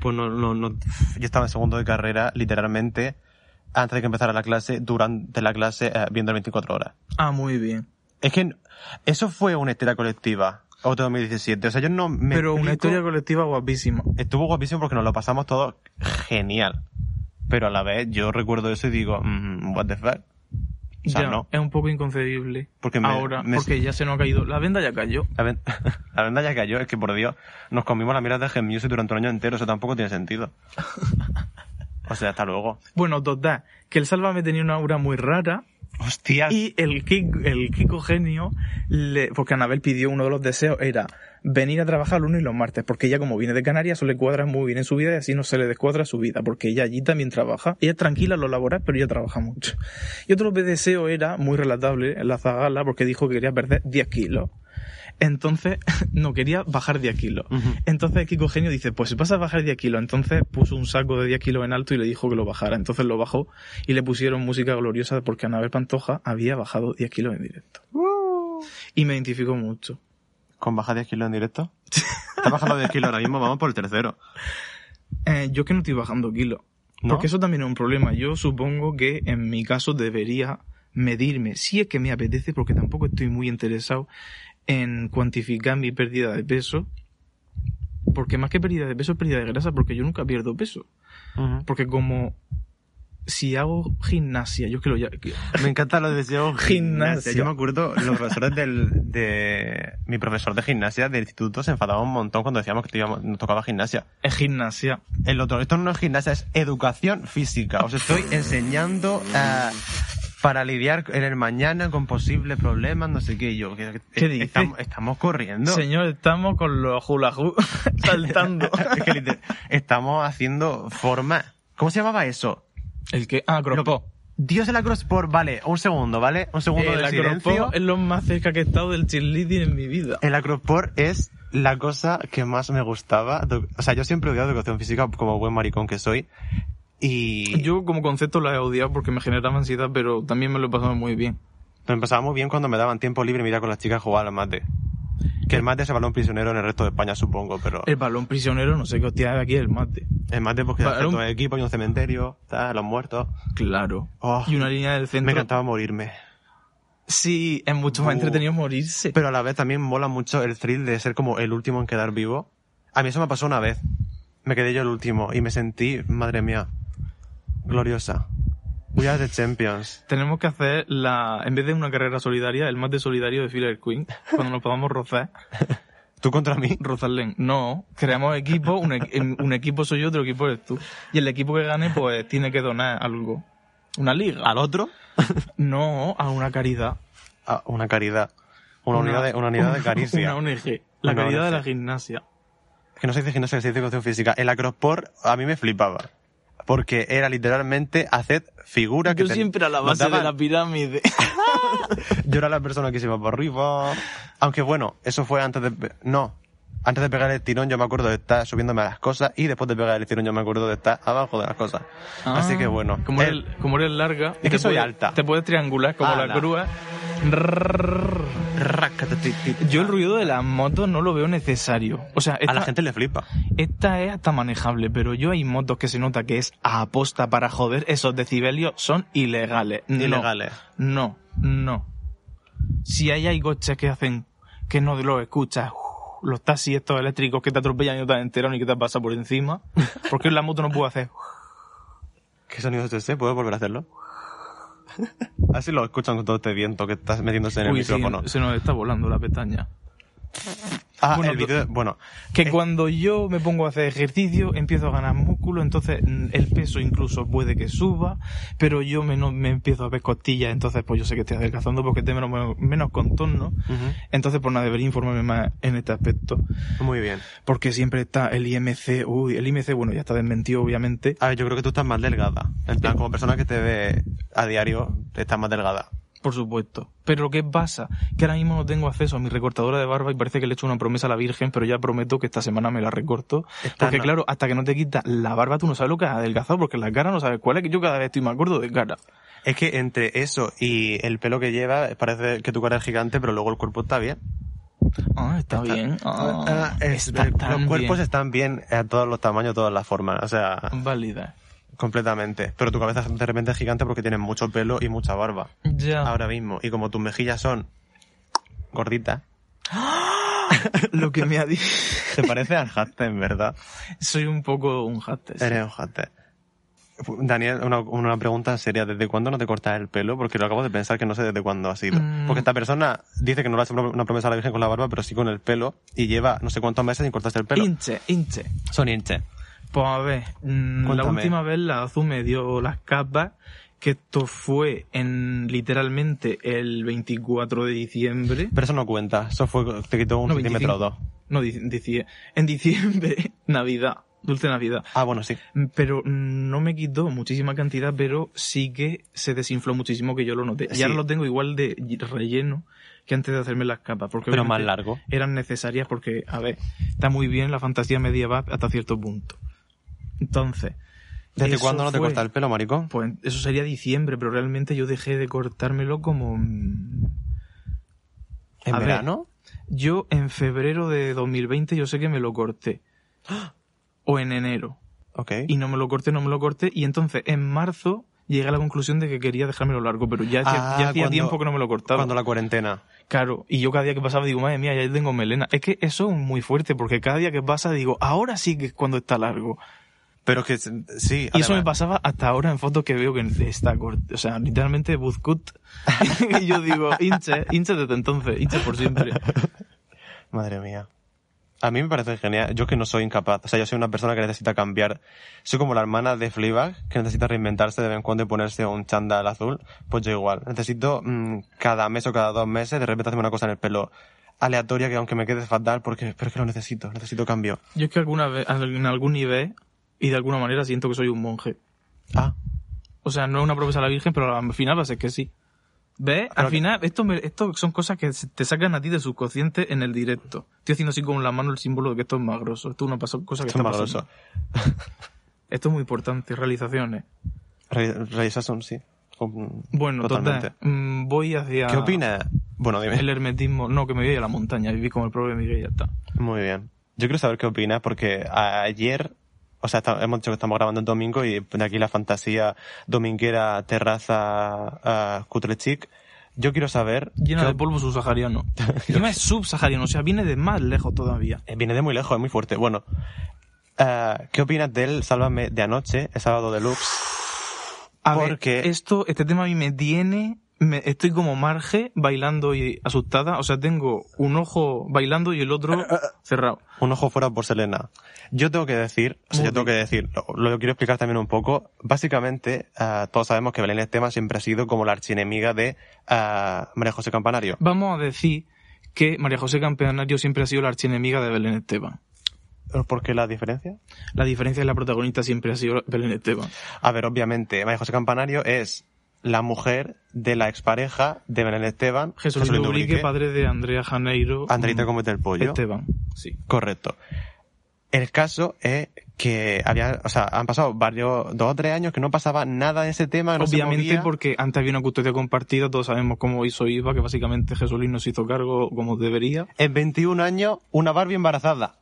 S1: Pues no, no, no. Yo estaba en segundo de carrera, literalmente, antes de que empezara la clase, durante la clase, eh, viendo el 24 horas.
S2: ah, muy bien.
S1: Es que n- eso fue una historia colectiva, Otro 2017. O sea, yo no me.
S2: pero una
S1: explico-
S2: historia colectiva guapísima.
S1: Estuvo guapísimo porque nos lo pasamos todo genial. Pero a la vez yo recuerdo eso y digo, mm, what the fuck. O sea,
S2: Ya,
S1: no.
S2: Es un poco inconcebible.
S1: Porque me-
S2: ahora,
S1: me-
S2: porque ya se nos ha caído. La venda ya cayó.
S1: La, ven- la venda ya cayó, es que por Dios, nos comimos la mierda de G-Music durante un año entero, eso tampoco tiene sentido. O sea, hasta luego.
S2: Bueno, total, que el Sálvame tenía una aura muy rara
S1: Hostia.
S2: y el Kiko, el Kiko Genio, le, porque Anabel pidió uno de los deseos, era venir a trabajar lunes y los martes, porque ella como viene de Canarias, eso le cuadra muy bien en su vida y así no se le descuadra su vida, porque ella allí también trabaja. Ella es tranquila en lo laboral, pero ella trabaja mucho. Y otro deseo era, muy relatable, en la zagala, porque dijo que quería perder 10 kilos. Entonces, no quería bajar 10 kilos. Entonces Kiko Genio dice, pues si vas a bajar 10 kilos, entonces puso un saco de 10 kilos en alto y le dijo que lo bajara. Entonces lo bajó y le pusieron música gloriosa porque Anabel Pantoja había bajado 10 kilos en directo. Y me identificó mucho.
S1: ¿Con baja 10 kilos en directo? Está bajando 10 kilos ahora mismo, vamos por el tercero.
S2: Eh, yo que no estoy bajando kilos.
S1: ¿No?
S2: Porque eso también es un problema. Yo supongo que en mi caso debería medirme, si es que me apetece, porque tampoco estoy muy interesado en cuantificar mi pérdida de peso. Porque más que pérdida de peso es pérdida de grasa, porque yo nunca pierdo peso.
S1: Ujú.
S2: Porque como si hago gimnasia, yo es que lo ya... que-
S1: Me encanta lo de deseo
S2: Gimnasia.
S1: Yo me acuerdo, los profesores del, de, mi profesor de gimnasia del instituto se enfadaba un montón cuando decíamos que íbamos- nos tocaba gimnasia.
S2: Es gimnasia.
S1: El otro, esto no es gimnasia, es educación física. Os estoy enseñando eh, para lidiar en el mañana con posibles problemas, no sé qué. Y yo, que-
S2: ¿Qué dices?
S1: estamos, estamos corriendo.
S2: Señor, estamos con los hula hoop saltando.
S1: Es que liter- estamos haciendo forma. ¿Cómo se llamaba eso?
S2: El que... Ah,
S1: Lo- Dios el acrosport, vale, un segundo, ¿vale? Un segundo
S2: Eh, El
S1: de
S2: acropo
S1: silencio.
S2: es lo más cerca que he estado del cheerleading en mi vida.
S1: El acropor es la cosa que más me gustaba. O sea, yo siempre he odiado educación física como buen maricón que soy. Y
S2: Yo como concepto la he odiado porque me generaba ansiedad, pero también me lo he pasado muy bien.
S1: nos empezaba muy bien cuando me daban tiempo libre y me iba con las chicas a jugar al mate. Que el mate es el balón prisionero en el resto de España, supongo, pero
S2: El balón prisionero, no sé qué hostia es aquí, el mate.
S1: el mate porque hay
S2: Balón-
S1: todo el equipo y un cementerio, tal, los muertos.
S2: Claro.
S1: Oh,
S2: y una línea del centro.
S1: Me encantaba morirme.
S2: Sí, es mucho más
S1: Uh.
S2: entretenido morirse.
S1: Pero a la vez también mola mucho el thrill de ser como el último en quedar vivo. A mí eso me pasó una vez. Me quedé yo el último y me sentí, madre mía, gloriosa. We are the champions.
S2: Tenemos que hacer la, en vez de una carrera solidaria, el mate solidario de Filler Queen, cuando nos podamos rozar.
S1: ¿Tú contra mí?
S2: Rosalén, no, creamos equipo, un, e- em- un equipo soy yo, otro equipo eres tú. Y el equipo que gane, pues tiene que donar algo. ¿Una liga?
S1: ¿Al otro?
S2: No, a una caridad.
S1: A una caridad. Una, unidad de, una unidad de caricia.
S2: Una ONG. La
S1: Una
S2: caridad de la
S1: ONG.
S2: gimnasia.
S1: Que no se dice gimnasia, que se dice educación física. El acrosport a mí me flipaba. Porque era literalmente hacer figura que
S2: Yo
S1: te-
S2: siempre a la
S1: nos
S2: base de
S1: daban-
S2: la pirámide.
S1: Yo era la persona que se iba para arriba. Aunque bueno, eso fue antes de... pe- No. Antes de pegar el tirón yo me acuerdo de estar subiéndome a las cosas y después de pegar el tirón yo me acuerdo de estar abajo de las cosas. Así que Ah, bueno.
S2: Ah, Como
S1: el-
S2: eres, como eres larga.
S1: que
S2: te
S1: soy
S2: puedes-
S1: alta.
S2: Te puedes triangular como la
S1: Ala.
S2: grúa. Rrrr. Yo el ruido de las motos no lo veo necesario. O sea, esta,
S1: A la gente le flipa.
S2: esta es hasta manejable, pero yo hay motos que se nota que es a aposta para joder. Esos decibelios son ilegales. No,
S1: Ilegales.
S2: No, no. Si hay, hay coches que hacen que no lo escuchas, uf, los taxis estos eléctricos que te atropellan y no te has enterado ni que te pasa por encima, ¿por qué la moto no puede hacer?
S1: ¿Qué sonido es ese? ¿Puedo volver a hacerlo? Así lo escuchan con todo este viento que estás metiéndose en el
S2: Uy, sí,
S1: micrófono.
S2: se nos está volando la pestaña.
S1: Ah,
S2: Bueno,
S1: el
S2: tú-
S1: vídeo... de- Bueno,
S2: Que cuando yo me pongo a hacer ejercicio, empiezo a ganar músculo, entonces mm, el peso incluso puede que suba, pero yo me, no- me empiezo a ver costillas, entonces pues yo sé que estoy adelgazando porque tengo menos, menos contorno, entonces pues nada, debería informarme más en este aspecto,
S1: muy bien.
S2: porque siempre está el IMC, uy, el IMC, bueno, ya está desmentido obviamente,
S1: A ver, yo creo que tú estás más delgada. En plan, como persona que te ve a diario, estás más delgada.
S2: por supuesto, pero ¿qué pasa? Que ahora mismo no tengo acceso a mi recortadora de barba y parece que le he hecho una promesa a la Virgen, pero ya prometo que esta semana me la recorto,
S1: Está
S2: Porque
S1: na-
S2: claro, hasta que no te quitas la barba, tú no sabes lo que has adelgazado, porque la cara no sabes cuál es, que yo cada vez estoy más gordo de cara.
S1: Es que entre eso y el pelo que lleva, parece que tu cara es gigante, pero luego el cuerpo está bien.
S2: Ah, está, bien. Ah,
S1: Ah, es-
S2: está
S1: el-
S2: tan
S1: los cuerpos
S2: bien.
S1: están bien a todos los tamaños, todas las formas, o sea,
S2: Válida.
S1: completamente. Pero tu cabeza de repente es gigante porque tienes mucho pelo y mucha barba
S2: Ya.
S1: ahora mismo. Y como tus mejillas son gorditas,
S2: lo que me ha dicho.
S1: te parece al Hatter, en verdad.
S2: Soy un poco un hater. sí.
S1: Eres un Hatter. Daniel, una, una pregunta seria. ¿Desde cuándo no te cortas el pelo? Porque lo acabo de pensar que no sé desde cuándo ha sido.
S2: Mm.
S1: Porque esta persona dice que no le hace una promesa a la Virgen con la barba, pero sí con el pelo. Y lleva no sé cuántos meses sin cortarse el pelo.
S2: Hinche, hinche.
S1: Son hinches.
S2: Pues a ver, mm, la
S1: Cuéntame.
S2: última vez la Azu me dio las capas, que esto fue en literalmente el 24 de diciembre.
S1: Pero eso no cuenta. Eso fue, te quitó un
S2: No,
S1: centímetro
S2: 25.
S1: o dos.
S2: No, dic- dicie- en diciembre, Navidad, dulce Navidad.
S1: Ah, bueno, sí.
S2: pero mm, no me quitó muchísima cantidad, pero sí que se desinfló muchísimo que yo lo noté. Y
S1: Sí.
S2: ahora lo tengo igual de relleno que antes de hacerme las capas, porque
S1: Pero más
S2: obviamente
S1: largo.
S2: eran necesarias porque, a ver, está muy bien la fantasía medieval hasta cierto punto. Entonces,
S1: ¿Desde
S2: eso
S1: cuándo no te
S2: fue-
S1: cortas el pelo, maricón?
S2: Pues eso sería diciembre, pero realmente yo dejé de cortármelo como... mm,
S1: ¿En
S2: a ver.
S1: verano?
S2: Yo en febrero de 2020 yo sé que me lo corté. O en enero.
S1: Ok.
S2: y no me lo corté, no me lo corté. Y entonces en marzo llegué a la conclusión de que quería dejármelo largo, pero ya, hacía-
S1: Ah,
S2: ya hacía
S1: cuando-
S2: tiempo que no me lo cortaba.
S1: Cuando la cuarentena.
S2: Claro, y yo cada día que pasaba digo, madre mía, ya tengo melena. Es que eso es muy fuerte, porque cada día que pasa digo, ahora sí que es cuando está largo.
S1: Pero que sí.
S2: Y eso me
S1: además.
S2: pasaba hasta ahora en fotos que veo que está corto. O sea, literalmente buzcut. y yo digo, hinche, hinche desde entonces, hinche por siempre.
S1: Madre mía. A mí me parece genial. Yo es que no soy incapaz. O sea, yo soy una persona que necesita cambiar. Soy como la hermana de Fleabag, que necesita reinventarse de vez en cuando y ponerse un chándal azul. Pues yo igual. Necesito mm, cada mes o cada dos meses de repente hacerme una cosa en el pelo aleatoria que aunque me quede fatal, porque, pero es que lo necesito. Necesito cambio.
S2: Yo es que alguna vez, en algún nivel, y de alguna manera siento que soy un monje.
S1: Ah,
S2: O sea, no es una promesa a la Virgen, pero al final va a ser que sí. ¿Ves?
S1: Pero
S2: al
S1: que-
S2: final, esto, me- esto son cosas que se- te sacan a ti de subconsciente en el directo. Estoy haciendo así con la mano el símbolo de que esto es más grosso. Esto es una paso- cosa que
S1: esto es
S2: está
S1: más
S2: pasando.
S1: grosso.
S2: Esto es muy importante, realizaciones.
S1: Re- Realización, sí. Com-
S2: Bueno, total, mm, voy hacia
S1: ¿Qué opinas? Bueno, dime.
S2: el hermetismo. No, que me voy a la montaña, viví como el propio Miguel y ya está.
S1: Muy bien. Yo quiero saber qué opinas porque ayer, o sea, está- hemos dicho que estamos grabando el domingo y de aquí la fantasía dominguera, terraza, uh, cutre chic. Yo quiero saber...
S2: Llena
S1: qué
S2: de
S1: op-
S2: polvo subsahariano. Encima es subsahariano, o sea, viene de más lejos todavía.
S1: Eh, Viene de muy lejos, es muy fuerte. Bueno, ah, ¿qué opinas del Sálvame de anoche, el sábado deluxe?
S2: A
S1: Porque-
S2: ver, esto, este tema a mí me tiene, me- estoy como marge, bailando y asustada. O sea, tengo un ojo bailando y el
S1: Ah,
S2: otro cerrado.
S1: Un ojo fuera por Selena. Yo tengo que decir, o sea,
S2: Muy
S1: yo tengo que decir, lo, lo quiero explicar también un poco. Básicamente, ah, todos sabemos que Belén Estema siempre ha sido como la archienemiga de ah, María José Campanario.
S2: Vamos a decir que María José Campeonario siempre ha sido la archienemiga de Belén Esteban.
S1: ¿Por qué la diferencia?
S2: La diferencia es la protagonista siempre ha sido Belén Esteban.
S1: A ver, obviamente, María José Campanario es la mujer de la expareja de Belén Esteban,
S2: Jesús Ubrique, padre de Andrea Janeiro.
S1: Andrita
S2: mm,
S1: comete el pollo.
S2: Esteban, sí.
S1: Correcto. El caso es que había, o sea, han pasado varios, dos o tres años que no pasaba nada de ese tema, no se
S2: Obviamente
S1: movía.
S2: porque antes había una custodia compartida, todos sabemos cómo hizo IVA, que básicamente Jesús Luis no se hizo cargo como debería.
S1: En 21 años, una Barbie embarazada.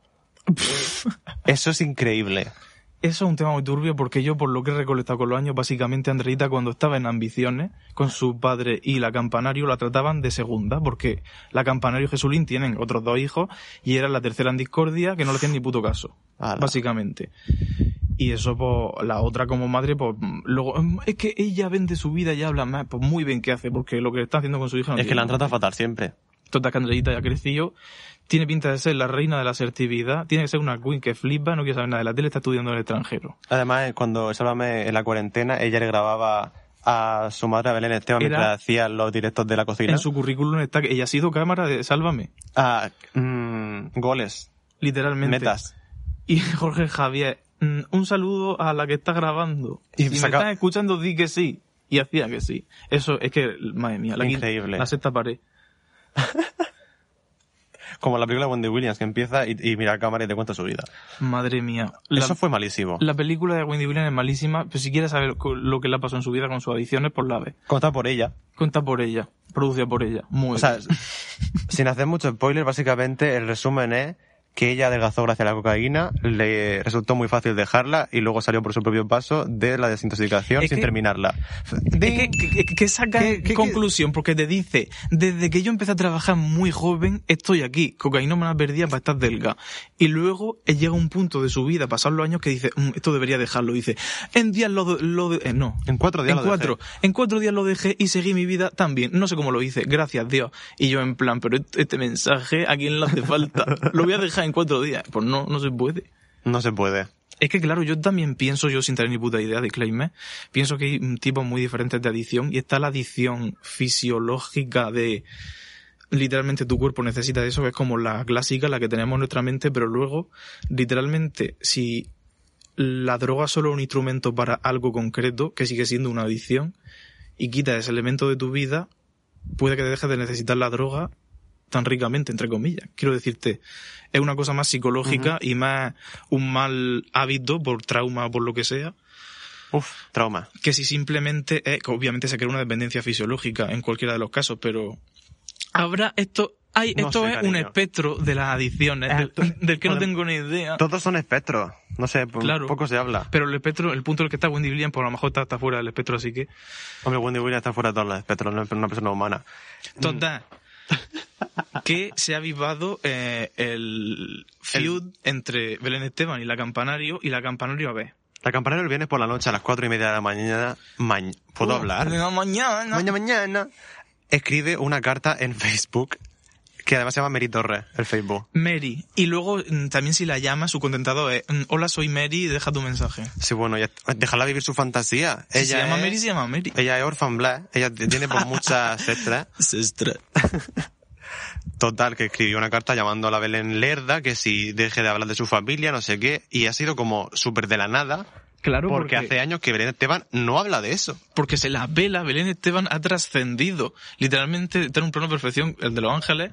S1: Eso es increíble.
S2: Eso es un tema muy turbio porque yo, por lo que he recolectado con los años, básicamente Andreita cuando estaba en ambiciones con su padre y la Campanario la trataban de segunda porque la Campanario y Jesulín tienen otros dos hijos y era la tercera en discordia que no le hacían ni puto caso,
S1: Ala.
S2: básicamente. Y eso, pues, la otra como madre, pues, mm, luego, mm, es que ella vende su vida y habla más, pues muy bien que hace porque lo que está haciendo con su hija no
S1: Es que
S2: tiene
S1: la han tratado fatal siempre.
S2: Total, que Andreita Tota ya creció. Tiene pinta de ser la reina de la asertividad. Tiene que ser una queen que flipa, no quiere saber nada de la tele, está estudiando en el extranjero.
S1: Además, eh, cuando Sálvame en la cuarentena, ella le grababa a su madre a Belén Esteban
S2: Era-
S1: mientras hacía los directos de la cocina.
S2: En su currículum está que ella ha sido cámara de Sálvame,
S1: Ah, mm, goles,
S2: literalmente.
S1: metas.
S2: Y Jorge Javier, mm, un saludo a la que está grabando.
S1: Y
S2: si me
S1: saca-
S2: estás escuchando, di que sí. Y hacía que sí. Eso es que, madre mía, la, quin-
S1: Increíble.
S2: la sexta pared.
S1: Como la película de Wendy Williams, que empieza y, y mira a cámara y te cuenta su vida.
S2: Madre mía. La,
S1: Eso fue malísimo.
S2: la película de Wendy Williams es malísima, pero si quieres saber co- lo que le ha pasado en su vida con sus adicciones, pues la ve.
S1: Contado por ella.
S2: Cuenta por ella, producida por ella. Muy
S1: O sea,
S2: bien.
S1: sin hacer mucho spoiler, básicamente el resumen es que ella adelgazó gracias a la cocaína, le resultó muy fácil dejarla y luego salió por su propio paso de la desintoxicación
S2: Es
S1: sin
S2: que-
S1: terminarla.
S2: ¿Qué, qué, qué- qué saca
S1: ¿Qué- qué-
S2: conclusión? Porque te dice, desde que yo empecé a trabajar muy joven, estoy aquí, cocainómana perdida para estar delga. Y luego eh, llega un punto de su vida, pasan los años, que dice, "Mm, esto debería dejarlo. Dice, en días lo, de- lo de- eh, no.
S1: En cuatro días
S2: En
S1: lo dejé.
S2: cuatro, en cuatro días lo dejé y seguí mi vida también. No sé cómo lo hice, gracias Dios. Y yo en plan, pero este este mensaje, ¿a quién le hace falta? Lo voy a dejar en cuatro días. Pues no, no se puede.
S1: No se puede.
S2: Es que claro, yo también pienso, yo sin tener ni puta idea, disclaimer, pienso que hay mm, tipos muy diferentes de adicción y está la adicción fisiológica de literalmente tu cuerpo necesita eso, que es como la clásica, la que tenemos en nuestra mente, pero luego literalmente si la droga es solo es un instrumento para algo concreto, que sigue siendo una adicción, y quita ese elemento de tu vida, puede que te dejes de necesitar la droga tan ricamente, entre comillas. Quiero decirte, es una cosa más psicológica y más un mal hábito por trauma o por lo que sea,
S1: Uf, trauma.
S2: que si simplemente es, que obviamente se crea una dependencia fisiológica en cualquiera de los casos, pero habrá esto, hay,
S1: No
S2: esto
S1: sé,
S2: es un
S1: cariño.
S2: espectro de las adicciones, del,
S1: Esto-
S2: del que no
S1: podemos-
S2: tengo ni idea.
S1: Todos son espectros. No sé, p-
S2: Claro.
S1: poco se habla.
S2: Pero el espectro, el punto en el que está Wendy Williams, por lo mejor está, está fuera del espectro, así que.
S1: Hombre, Wendy Williams está fuera de todos los espectros, no es una persona humana.
S2: Total. que se ha avivado eh, el feud entre Belén Esteban y la Campanario, y la Campanario a ver.
S1: La campanera el viernes por la noche a las cuatro y media de la mañana. mañ- ¿Puedo hablar?
S2: De la mañana.
S1: Uh, Mañana, mañana. Escribe una carta en Facebook que además se llama Mary Torres, el Facebook.
S2: Mary. Y luego mm, también si la llama, su contentado es mm, Hola, soy Mary, deja tu mensaje.
S1: Sí, bueno, ya, déjala vivir su fantasía.
S2: Si
S1: ella
S2: se llama
S1: es,
S2: Mary, se llama Mary.
S1: Ella es Orphan Black, ella t- tiene por muchas extras. Total, que escribió una carta llamando a la Belén Lerda que si deje de hablar de su familia, no sé qué, y ha sido como súper de la nada.
S2: Claro,
S4: Porque, hace años que Belén Esteban no habla de eso.
S2: porque se la vela, Belén Esteban ha trascendido. Literalmente está en un plano de perfección, el de Los Ángeles,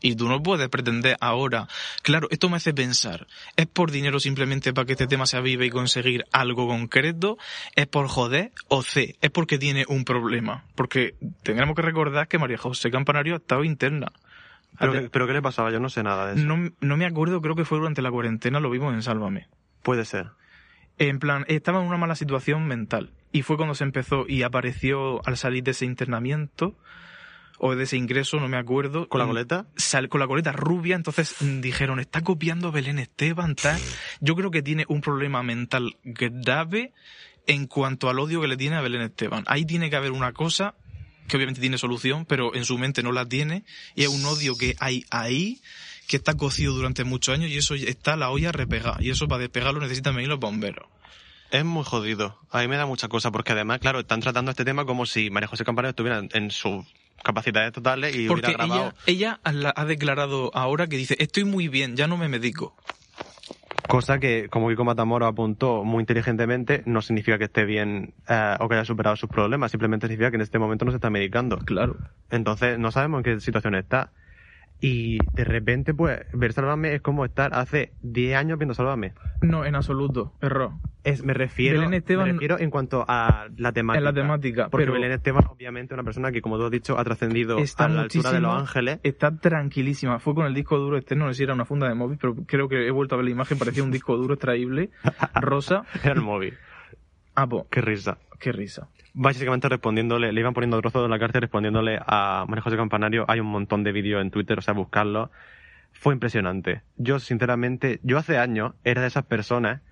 S2: y tú no puedes pretender ahora. Claro, esto me hace pensar. ¿Es por dinero simplemente para que este tema se avive y conseguir algo concreto? ¿Es por joder? ¿O C? ¿Es porque tiene un problema? Porque tendremos que recordar que María José Campanario ha estado interna.
S1: Pero,
S2: Ate-
S1: ¿qué- pero ¿qué le pasaba? Yo no sé nada de eso.
S2: No, no me acuerdo, creo que fue durante la cuarentena, lo vimos en Sálvame.
S1: Puede ser.
S2: En plan, estaba en una mala situación mental. Y fue cuando se empezó y apareció al salir de ese internamiento o de ese ingreso, no me acuerdo.
S1: ¿Con la
S2: Mm,
S1: goleta?
S2: sal- con la coleta rubia, entonces mm, dijeron, está copiando a Belén Esteban, tal. Yo creo que tiene un problema mental grave en cuanto al odio que le tiene a Belén Esteban. Ahí tiene que haber una cosa que obviamente tiene solución, pero en su mente no la tiene, y es un odio que hay ahí, que está cocido durante muchos años, y eso ya está la olla repegada, y eso para despegarlo necesitan venir los bomberos.
S4: Es muy jodido. A mí me da mucha cosa porque además, claro, están tratando este tema como si María José Campanario estuviera en- en sus capacidades totales y
S2: Porque
S4: hubiera grabado.
S2: ella, ella ha- la- ha declarado ahora que dice, estoy muy bien, ya no me medico.
S1: Cosa que, como Vico Matamoro apuntó muy inteligentemente, no significa que esté bien eh, o que haya superado sus problemas, simplemente significa que en este momento no se está medicando.
S2: Claro.
S1: Entonces no sabemos en qué situación está. Y de repente, pues, ver Sálvame es como estar hace 10 años viendo Sálvame.
S2: No, en absoluto, error.
S1: Es, me refiero,
S2: Belén
S1: me
S2: Esteban-
S1: refiero en cuanto a la temática.
S2: En la temática,
S1: Porque
S2: pero-
S1: Belén Esteban, obviamente, es una persona que, como tú has dicho, ha trascendido
S2: Está
S1: a la altura de
S2: muchísimo-
S1: Los Ángeles.
S2: Está tranquilísima. Fue con el disco duro externo, no sé si era una funda de móvil, pero creo que he vuelto a ver la imagen, parecía un disco duro extraíble, rosa.
S1: Era el móvil.
S2: Ah, po,
S1: Qué risa.
S2: qué risa.
S1: Básicamente respondiéndole, le iban poniendo trozos de la cárcel respondiéndole a María José Campanario. Hay un montón de vídeos en Twitter, o sea, buscarlos. Fue impresionante. Yo, sinceramente, yo hace años era de esas personas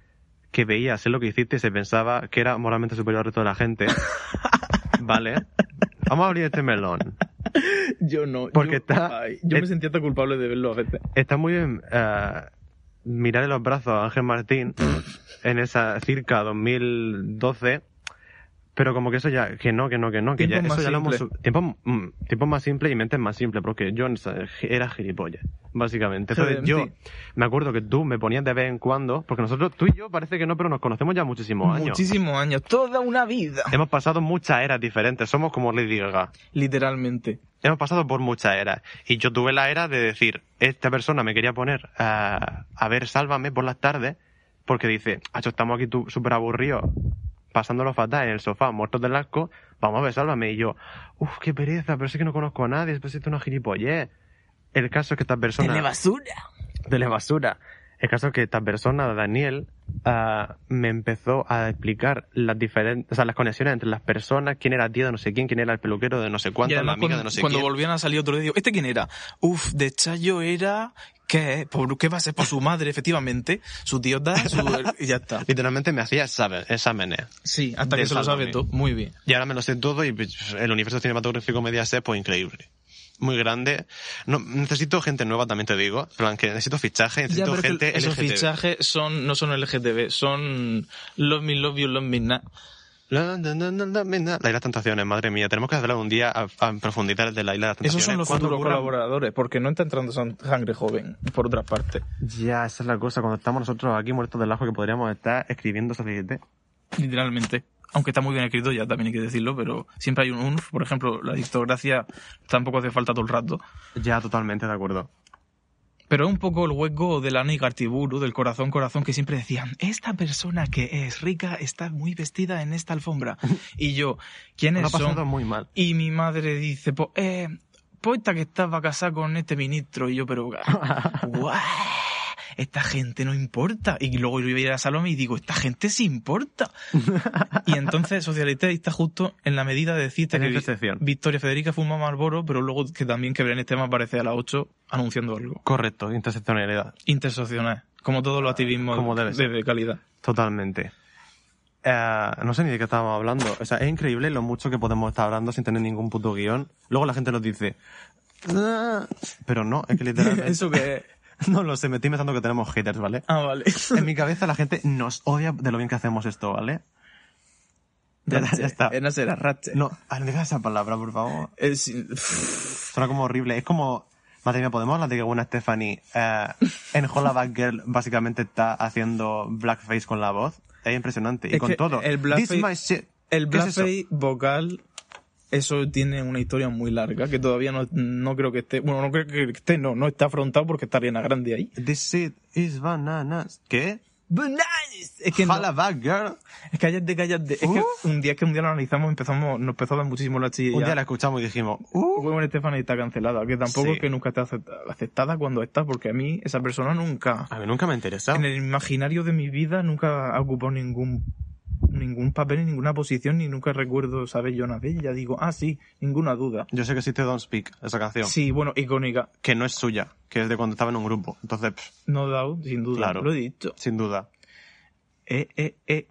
S1: que veía hacer lo que hiciste y se pensaba que era moralmente superior al resto de la gente. ¿Vale? Vamos a abrir este melón.
S2: Yo no.
S1: Porque
S2: yo,
S1: está-
S2: ay, yo me
S1: es-
S2: sentía hasta culpable de verlo a veces.
S1: Está muy bien eh, mirar mirarle los brazos a Ángel Martín en esa circa 2012, pero como que eso ya, que no, que no, que no, que ya,
S2: Tiempos
S1: eso
S2: más
S1: ya lo hemos...
S2: simples.
S1: Tiempo, más simple y mentes más simple, porque yo en esa- era gilipollas, básicamente. Entonces
S2: Joder,
S1: yo
S2: sí.
S1: me acuerdo que tú me ponías de vez en cuando, porque nosotros, tú y yo parece que no, pero nos conocemos ya muchísimos años.
S2: Muchísimos años, toda una vida.
S1: Hemos pasado muchas eras diferentes, somos como Lady Gaga.
S2: Literalmente.
S1: Hemos pasado por muchas eras. Y yo tuve la era de decir, esta persona me quería poner ah, a ver Sálvame por las tardes, porque dice, "Acho, estamos aquí tu- súper aburridos, pasándolo fatal en el sofá, muertos del asco, vamos a ver Sálvame. Y yo, uff, qué pereza, pero sí que no conozco a nadie, pero si esto es una gilipollez. El caso es que esta persona...
S2: basura.
S1: De la basura. El caso es que esta persona, Daniel, ah, me empezó a explicar las diferentes, o sea, las conexiones entre las personas, quién era tío de no sé quién, quién era el peluquero de no sé
S2: Y
S4: ¿Cuánto? La
S2: además,
S4: amiga
S2: cuando,
S4: de no sé
S2: cuando
S4: quién.
S2: volvían a salir otro día, digo, ¿este quién era? Uf, de Chayo era. ¿Qué? ¿Por qué va a ser? Por su madre, efectivamente. Su tío da, su. Y ya está.
S4: Literalmente me hacía examen- exámenes.
S2: Sí, hasta que
S4: Del
S2: se lo sabe
S4: Sálvame.
S2: todo. Muy bien.
S4: Y ahora me lo sé todo y pues, el universo cinematográfico Mediaset, pues increíble. Muy grande. No, necesito gente nueva, también te digo. En plan, que necesito fichaje,
S2: Ya,
S4: necesito
S2: pero es que
S4: gente
S2: esos
S4: LGTB.
S2: fichajes son, no son LGTB, son Love Me Love You, Love Me Nah.
S4: La, la, la, la, la, la, la isla de las tentaciones, madre mía. Tenemos que hablar un día a, a profundizar de la isla de las
S2: Esos
S4: tentaciones.
S2: son los
S4: ¿Cuándo
S2: futuros
S4: ocurra?
S2: colaboradores, porque no está entrando san- sangre joven, por otra parte.
S1: Ya, esa es la cosa. Cuando estamos nosotros aquí muertos del ajo que podríamos estar escribiendo sociedad.
S2: Literalmente. Aunque está muy bien escrito ya, también hay que decirlo, pero siempre hay un unf. Por ejemplo, la dictografía tampoco hace falta todo el rato.
S1: Ya, totalmente de acuerdo.
S2: Pero es un poco el hueco de la y Gartiburu, del corazón corazón, que siempre decían, esta persona que es rica está muy vestida en esta alfombra. Y yo, ¿quiénes
S1: Lo ha pasado
S2: son?
S1: muy mal.
S2: Y mi madre dice, pues, eh, pues esta que estaba casada con este ministro. Y yo, pero, guau, esta gente no importa. Y luego yo voy a la Salome y digo, esta gente sí importa. y entonces Socialista está justo en la medida de decirte
S1: En
S2: que
S1: esta
S2: Vi-
S1: sección.
S2: Victoria Federica fuma Marlboro, pero luego que también que Belén Esteban aparece a las 8 anunciando algo.
S1: Correcto, interseccionalidad.
S2: Interseccional, como todos los activismos
S1: Como debe
S2: de,
S1: ser.
S2: de calidad.
S1: Totalmente. Eh, no sé ni de qué estábamos hablando. O sea, es increíble lo mucho que podemos estar hablando sin tener ningún puto guión. Luego la gente nos dice. "Ah", Pero no, es que literalmente.
S2: Eso que...
S1: No lo sé, me estoy pensando que tenemos haters, ¿vale?
S2: Ah, vale.
S1: En mi cabeza la gente nos odia de lo bien que hacemos esto, ¿vale? Ya, ya está.
S2: eh, No será rache.
S1: No, ah, deja esa palabra, por favor.
S2: Eh, sí.
S1: Suena como horrible. Es como. Madre mía, podemos hablar de que buena Stephanie eh, en Hollaback Girl básicamente está haciendo blackface con la voz. Es impresionante. y
S2: Es
S1: con
S2: que
S1: todo.
S2: el
S1: This
S2: blackface-
S1: my shit.
S2: El
S1: ¿Qué es eso?
S2: blackface vocal, eso tiene una historia muy larga que todavía no, no creo que esté. Bueno, no creo que esté, no, no está afrontado porque está Ariana Grande ahí.
S1: This shit is bananas. ¿Qué?
S2: Es que, no.
S1: Holla back, girl.
S2: es que cállate, cállate. Es que
S1: Uf.
S2: un día es que un día lo analizamos, empezamos, nos empezó a dar muchísimo la chilla.
S1: Un día la escuchamos y dijimos,
S2: Uh,
S1: uh,
S2: Gwen Stefani está cancelada, que tampoco
S1: Sí.
S2: es que nunca esté acepta- aceptada cuando está, porque a mí esa persona nunca,
S1: a mí nunca me ha interesado.
S2: en el imaginario de mi vida, nunca ha ocupado ningún ningún papel, en ninguna posición, ni nunca recuerdo saber yo nada de ella. Digo, ah, sí, ninguna duda.
S1: Yo sé que existe Don't Speak, esa canción,
S2: Sí, bueno, icónica.
S1: que no es suya, que es de cuando estaba en un grupo. Entonces, pff,
S2: No doubt, sin duda.
S1: Claro.
S2: Lo he dicho.
S1: sin duda.
S2: Eh, eh, eh.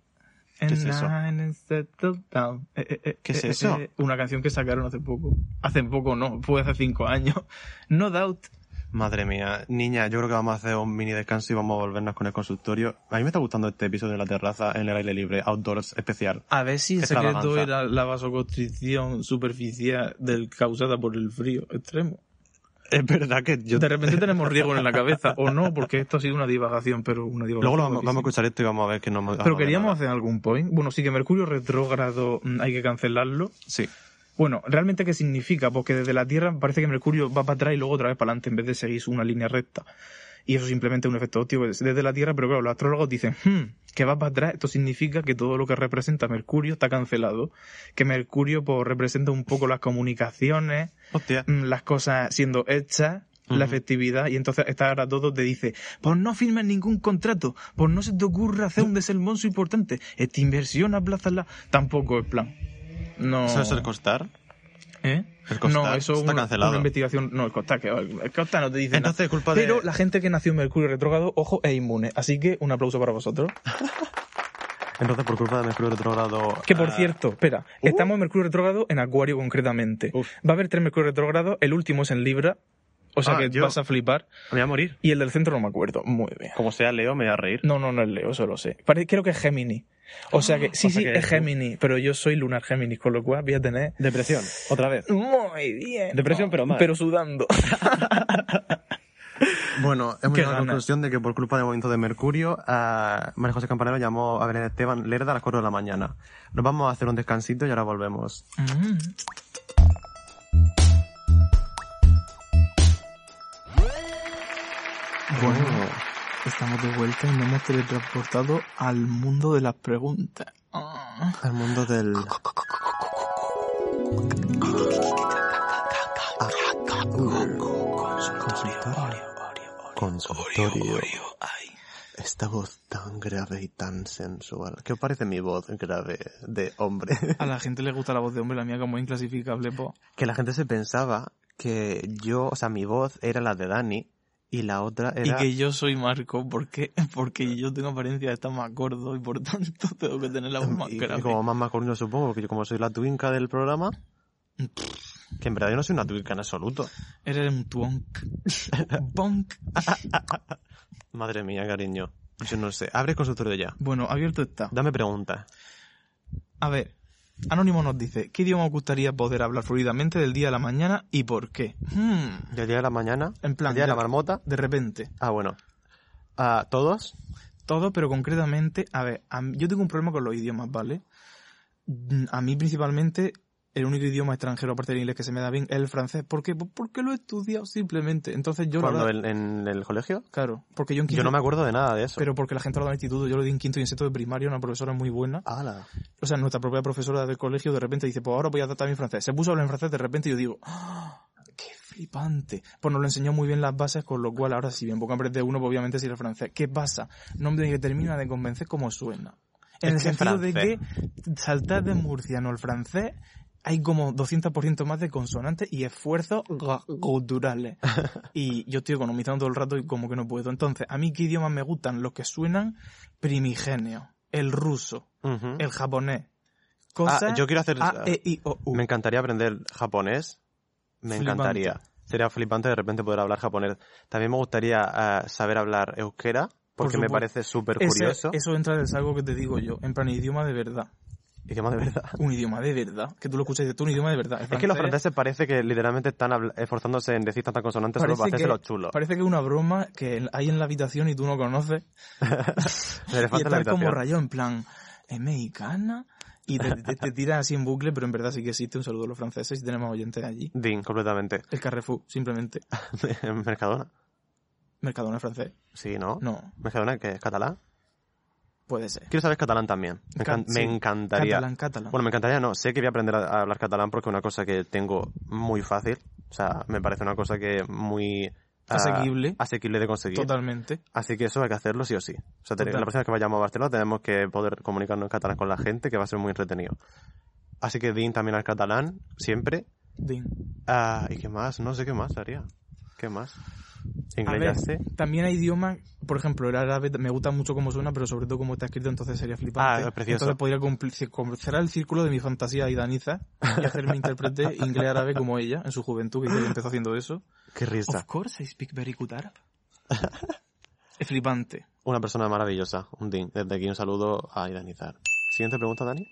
S1: es
S2: And
S1: eso?
S2: I settled down. Eh, eh, eh,
S1: ¿Qué es
S2: eh,
S1: eso?
S2: eh, una canción que sacaron hace poco. Hace poco no, fue hace cinco años. No doubt.
S1: Madre mía, niña, yo creo que vamos a hacer un mini descanso y vamos a volvernos con el consultorio. A mí me está gustando este episodio de la terraza en el aire libre, outdoors especial.
S2: A ver si el
S1: Extravaganza.
S2: secreto era la vasoconstricción superficial del, causada por el frío extremo.
S1: Es verdad que yo...
S2: De repente tenemos riego en la cabeza, o no, porque esto ha sido una divagación, pero una divagación.
S1: Luego lo vamos, vamos a
S2: loquísima.
S1: escuchar esto y vamos a ver que no... hemos-
S2: Pero
S1: vamos a ver
S2: queríamos
S1: nada.
S2: hacer algún point. Bueno, sí que Mercurio retrógrado mm, hay que cancelarlo.
S1: Sí.
S2: Bueno, ¿realmente qué significa? Porque desde la Tierra parece que Mercurio va para atrás y luego otra vez para adelante en vez de seguir una línea recta. Y eso simplemente es un efecto óptico desde la Tierra, pero claro, los astrólogos dicen "Hmm, que va para atrás, esto significa que todo lo que representa Mercurio está cancelado, que Mercurio pues, representa un poco las comunicaciones,
S1: Hostia.
S2: mm, las cosas siendo hechas, la efectividad, y entonces está ahora todo te dice, pues no firmes ningún contrato, pues no se te ocurra hacer un desembolso importante, esta inversión aplázala, tampoco es plan. No.
S1: ¿Eso es el costar?
S2: ¿Eh?
S1: El Costa
S2: no, eso es
S1: está
S2: una,
S1: cancelado.
S2: una investigación. No, el Costa, que el Costa no te dice
S1: Entonces
S2: nada.
S1: es culpa de-
S2: Pero la gente que nació en Mercurio retrógrado, ojo, es inmune. Así que un aplauso para vosotros.
S1: Entonces, por culpa de Mercurio retrogrado...
S2: Que por
S1: ah,
S2: cierto, espera, estamos en Mercurio retrógrado en Acuario concretamente.
S1: Uf.
S2: Va a haber tres Mercurio retrógrados, el último es en Libra, o sea
S1: Ah,
S2: que
S1: yo-
S2: vas a flipar.
S1: Me voy a morir.
S2: Y el del centro no me acuerdo, muy bien.
S1: Como sea Leo, me voy a reír.
S2: No, no, no es Leo, eso lo sé. Pare- creo que es Gemini. O sea que, sí,
S1: Ah, o sea
S2: sí,
S1: que-
S2: es Gemini, pero yo soy lunar Géminis, con lo cual voy a tener
S1: Depresión, otra vez.
S2: muy bien.
S1: Depresión, pero mal.
S2: Pero sudando.
S1: Bueno, hemos
S2: Qué
S1: llegado a la
S2: gana.
S1: conclusión de que por culpa del movimiento de Mercurio, a María José Campanero llamó a Belén Esteban Lerda a las 4 de la mañana. Nos vamos a hacer un descansito y ahora volvemos.
S2: Mm. Bueno,
S1: Mm.
S2: estamos de vuelta y nos hemos teletransportado al mundo de las preguntas. Ah.
S1: Al mundo del... Consultorio. Esta voz tan grave y tan sensual. ¿Qué os parece mi voz grave de hombre?
S2: A la gente le gusta la voz de hombre, la mía como es inclasificable, po.
S1: que la gente se pensaba que yo, o sea, mi voz era la de Dani y la otra
S2: Y
S1: era...
S2: que yo soy Marco, ¿por qué? Porque yo tengo apariencia de estar más gordo y por tanto tengo que tener la voz más
S1: Y- y
S2: grave.
S1: como más macorino supongo, porque yo como soy la twinca del programa, que en verdad yo no soy una twinca en absoluto.
S2: Eres un tuonk. Bonk.
S1: Madre mía, cariño. Yo no sé. Abre el consultorio ya.
S2: Bueno, abierto está.
S1: Dame preguntas.
S2: A ver, Anónimo nos dice, ¿qué idioma os gustaría poder hablar fluidamente del día a la mañana y por qué? Hmm,
S1: ¿Del día de la mañana?
S2: En plan,
S1: ¿Del día de la
S2: ya.
S1: marmota?
S2: de repente.
S1: Ah, bueno. ¿A todos?
S2: Todo, pero concretamente, a ver, a mí- yo tengo un problema con los idiomas, ¿vale? Mm, A mí principalmente el único idioma extranjero aparte del inglés que se me da bien es el francés. ¿Por qué? Pues porque lo he estudiado simplemente. Entonces yo... la
S1: Cuando
S2: verdad-
S1: en, en el colegio.
S2: Claro, porque yo en quinto...
S1: Yo no me acuerdo de nada de eso.
S2: Pero porque la gente lo da en el instituto, yo lo di en quinto y en sexto de primaria, una profesora muy buena.
S1: Ala.
S2: o sea, nuestra propia profesora del colegio de repente dice, pues ahora voy a tratar mi francés. Se puso a hablar en francés de repente y yo digo, ¡Ah! ¡qué flipante! Pues nos lo enseñó muy bien las bases, con lo cual ahora si bien poco aprende uno, pues obviamente sí el francés. ¿Qué pasa? No me termina de convencer cómo suena. En
S1: Es
S2: el
S1: que es
S2: sentido de que saltar de murciano al francés hay como 200% más de consonantes y esfuerzos gra- culturales. Y yo estoy economizando todo el rato y como que no puedo. Entonces, ¿a mí qué idiomas me gustan? Los que suenan primigenio. El ruso,
S1: Ujú.
S2: el japonés. Cosas
S1: Ah, yo quiero hacer-
S2: A, E, I, O, U.
S1: Me encantaría aprender japonés. Me
S2: Flipante.
S1: encantaría. Sería flipante de repente poder hablar japonés. También me gustaría ah, saber hablar euskera, porque me
S2: supuesto.
S1: parece súper
S2: Ese-
S1: curioso.
S2: eso entra del algo que te digo yo, en plan idioma de verdad.
S1: Idioma de verdad.
S2: Un idioma de verdad. Que tú lo escuchas y dices, tú un idioma de verdad.
S1: Es que los franceses parece que literalmente están habl- esforzándose en decir tantas consonantes solo para hacerse los chulos.
S2: Parece que es una broma que hay en la habitación y tú no conoces.
S1: El
S2: y
S1: elefante en la
S2: estás como
S1: habitación.
S2: rayado en plan, ¿es mexicana? Y te, te, te tiran así en bucle, pero en verdad sí que existe un saludo a los franceses y tenemos oyentes allí.
S1: Din, completamente.
S2: El Carrefour, simplemente.
S1: Mercadona.
S2: Mercadona es francés.
S1: Sí, ¿no?
S2: No,
S1: Mercadona, que es catalán.
S2: puede ser.
S1: Quiero saber catalán también. Me,
S2: Ca-
S1: encan- me
S2: sí.
S1: encantaría.
S2: Catalán, catalán.
S1: Bueno, me encantaría, no. Sé que voy a aprender a a hablar catalán porque es una cosa que tengo muy fácil. O sea, me parece una cosa que es muy... ah,
S2: Asequible.
S1: asequible de conseguir.
S2: Totalmente.
S1: Así que eso hay que hacerlo sí o sí. O sea, ten-
S2: Total.
S1: la próxima vez que vayamos a Barcelona tenemos que poder comunicarnos en catalán con la gente, que va a ser muy entretenido. Así que Din también al catalán, siempre.
S2: Din.
S1: Ah, ¿Y qué más? No sé qué más haría. ¿Qué más?
S2: A
S1: Inglés
S2: ver,
S1: ya sé.
S2: también hay idiomas, por ejemplo, el árabe me gusta mucho cómo suena, pero sobre todo cómo está escrito, entonces sería flipante.
S1: Ah, es precioso.
S2: Entonces podría cumplir- se- com- cerrar el círculo de mi fantasía idaniza y hacerme intérprete inglés-árabe como ella en su juventud, que creo que empezó haciendo eso.
S1: Qué risa.
S2: course I speak very good Arab. es flipante.
S1: Una persona maravillosa, un Din. Desde aquí un saludo a Idanizar. Siguiente pregunta, Dani.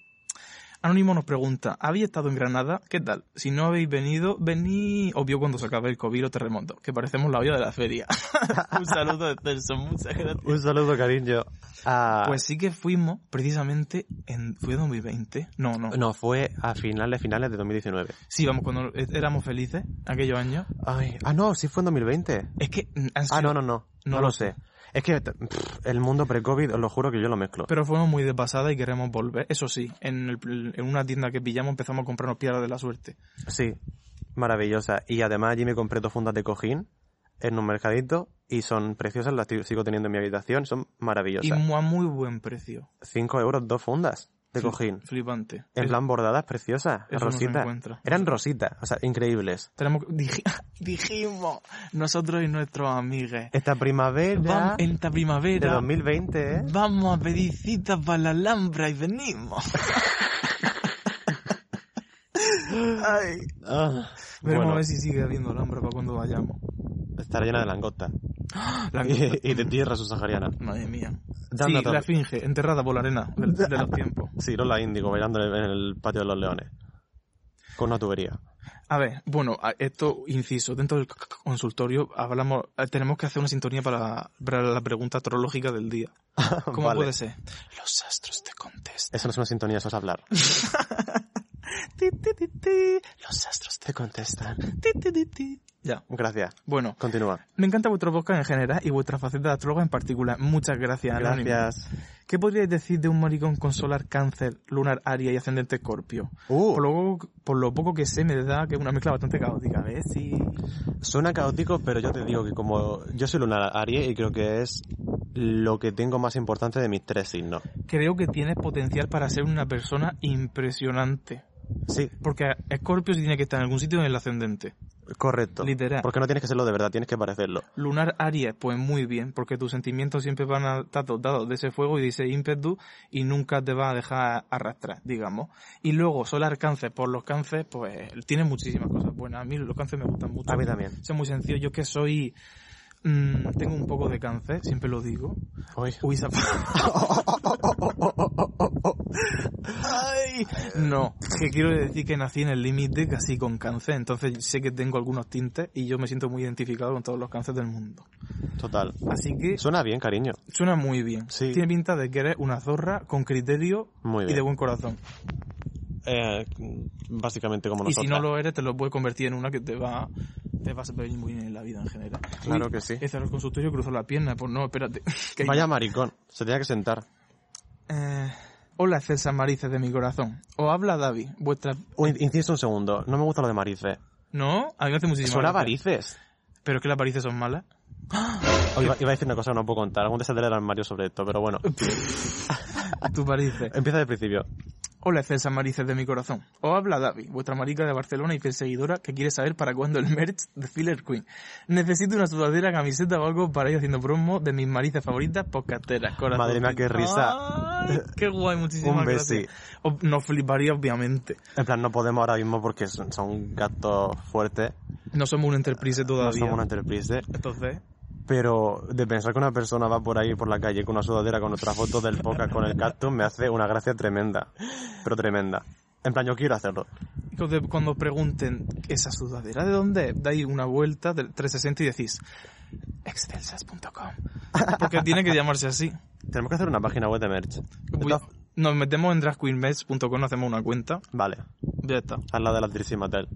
S2: Anónimo nos pregunta, ¿habéis estado en Granada? ¿Qué tal? Si no habéis venido, venid, obvio, cuando se acabe el COVID o terremoto, que parecemos la olla de la feria. Un saludo de Celso, muchas gracias.
S1: Un saludo, cariño. Ah,
S2: Pues sí que fuimos, precisamente, en, ¿fue 2020? No, no.
S1: No, fue a finales, finales de 2019.
S2: Sí, vamos, cuando eh, éramos felices, aquellos años.
S1: Ay, ah, no, sí fue en 2020.
S2: Es que mm, han sido-
S1: Ah, no, no, no.
S2: No
S1: No,
S2: lo
S1: lo sé. Es que pff, el mundo pre-COVID, os lo juro que yo lo mezclo.
S2: Pero fuimos muy de pasada y queremos volver. Eso sí, en, el- en una tienda que pillamos empezamos a comprarnos piedras de la suerte.
S1: Sí, maravillosa. Y además allí me compré dos fundas de cojín en un mercadito y son preciosas, las ti- sigo teniendo en mi habitación, son
S2: y
S1: maravillosas.
S2: mu- a muy buen precio.
S1: 5 euros dos fundas de cojín.
S2: Flipante.
S1: En
S2: Es-
S1: plan bordadas, preciosas,
S2: eso no se
S1: rositas.
S2: encuentra.
S1: Eran rositas, o sea, increíbles.
S2: Tenemos, dij- dijimos, nosotros y nuestros amigues,
S1: Esta primavera
S2: vamos, en esta
S1: de
S2: primavera
S1: 2020, ¿eh?
S2: vamos a pedir citas para la Alhambra y venimos. Ay,
S1: Ah,
S2: veremos
S1: bueno,
S2: a ver si sigue habiendo Alhambra para cuando vayamos.
S1: estará llena de langosta
S2: La-
S1: y, y de tierra subsahariana.
S2: Madre mía.
S1: Dame
S2: sí,
S1: otra
S2: la
S1: vez.
S2: finge, enterrada por la arena de, de los tiempos.
S1: Sí, Lola Índigo bailando en el- en el patio de los leones. Con una tubería.
S2: A ver, bueno, a- esto inciso, dentro del c- c- consultorio hablamos, eh, tenemos que hacer una sintonía para, para la pregunta astrológica del día. ¿Cómo
S1: Vale.
S2: puede ser? Los astros te contestan.
S1: Eso no es una sintonía, eso es hablar.
S2: Ti, ti, ti, ti. Los astros te
S1: Te contestan.
S2: ti, ti, ti, ti. Ya.
S1: Gracias.
S2: Bueno,
S1: Continúa.
S2: me encanta vuestro podcast en general y vuestra faceta de astróloga en particular. Muchas gracias, Anónimo.
S1: Gracias.
S2: ¿Qué podríais decir de un maricón con solar cáncer, lunar aria y ascendente escorpio?
S1: Uh,
S2: Por lo, por lo poco que sé, me da que es una mezcla bastante caótica. A ver si...
S1: suena caótico, pero yo te digo que como yo soy lunar Aries y creo que es lo que tengo más importante de mis tres signos.
S2: Creo que tienes potencial para ser una persona impresionante.
S1: Sí,
S2: Porque Scorpio sí tiene que estar en algún sitio en el ascendente.
S1: correcto.
S2: Literal.
S1: Porque no tienes que serlo de verdad, tienes que parecerlo.
S2: Lunar Aries, pues muy bien, porque tus sentimientos siempre van a estar dotados de ese fuego y de ese ímpetu y nunca te va a dejar arrastrar, digamos. Y luego Solar Cáncer, por los cánceres, pues tiene muchísimas cosas buenas. A mí los cánceres me gustan mucho.
S1: A mí también.
S2: Soy muy sencillo, yo es que soy... mm, tengo un poco de cáncer, siempre lo digo.
S1: Uy.
S2: Uy, se Ay, no, que quiero decir que nací en el límite casi con cáncer, entonces sé que tengo algunos tintes y yo me siento muy identificado con todos los cánceres del mundo.
S1: Total.
S2: Así que
S1: Suena bien, cariño.
S2: suena muy bien.
S1: Sí.
S2: Tiene pinta de que eres una zorra con criterio
S1: Muy
S2: y
S1: bien.
S2: de buen corazón.
S1: Eh, básicamente como
S2: Y si
S1: nosotros.
S2: no lo eres, te lo puedes convertir en una que te va, te vas a venir muy bien en la vida en general.
S1: Claro que sí.
S2: He cerrado el consultorio y cruzo la pierna, pues no, espérate. que-
S1: Vaya maricón, se tenía que sentar.
S2: Eh, hola, César Marices de mi corazón. Os habla David, vuestra...
S1: Uy, inciso un segundo, no me gusta lo de marices.
S2: ¿No? A mí me hace muchísimo
S1: Suena
S2: gracia.
S1: varices.
S2: Pero es que las varices son malas.
S1: Oye, iba, iba a decir una cosa que no puedo contar, algún día saldré del armario sobre esto, pero bueno.
S2: Tus varices.
S1: Empieza desde el principio.
S2: Hola, César Marices de mi corazón. Os habla David, vuestra marica de Barcelona y perseguidora que quiere saber para cuándo el merch de Filler Queen. Necesito una sudadera, camiseta o algo para ir haciendo promo de mis marices favoritas podcasteras. Corazón.
S1: Madre mía, qué risa.
S2: Ay, ¡Qué guay! Muchísimas
S1: Un besi.
S2: gracias. Ob- Nos fliparía, obviamente.
S1: En plan, no podemos ahora mismo porque son, son gastos fuertes.
S2: No somos un enterprise
S1: No
S2: todavía.
S1: somos una enterprise.
S2: Entonces,
S1: ¿eh? Pero de pensar que una persona va por ahí por la calle con una sudadera con otra foto del podcast con el cactus me hace una gracia tremenda. Pero tremenda. En plan, yo quiero hacerlo.
S2: Cuando, cuando os pregunten esa sudadera de dónde es, dais una vuelta del 360 y decís excelsas.com. Porque tiene que llamarse así.
S1: Tenemos que hacer una página web de merch.
S2: Voy-
S1: Entonces,
S2: nos metemos en dragqueenmerch.com, hacemos una cuenta.
S1: vale,
S2: Ya está.
S1: al lado de la Dream Hotel.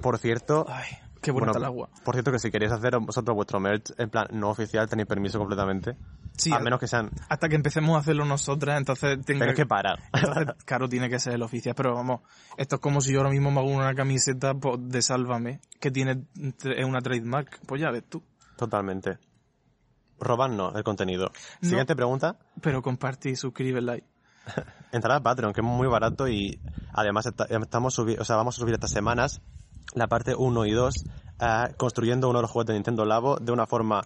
S1: Por cierto,
S2: Ay, qué bonita
S1: bueno,
S2: el agua.
S1: Por cierto, que si queréis hacer vosotros vuestro merch, en plan, no oficial, tenéis permiso completamente.
S2: Sí, eh,
S1: a menos que sean.
S2: hasta que empecemos a hacerlo nosotras, entonces tenga
S1: Tenéis que parar.
S2: Entonces, claro, tiene que ser el oficial, pero vamos, esto es como si yo ahora mismo me hago una camiseta po, de Sálvame, que tiene es una trademark. Pues ya ves tú.
S1: Totalmente. Robarnos el contenido. Siguiente pregunta.
S2: Pero compartir, suscribe, like.
S1: Entrar a Patreon, que es muy barato y además esta- estamos subi- o sea, vamos a subir estas semanas la parte 1 y 2 eh, construyendo uno de los juegos de Nintendo Labo de una forma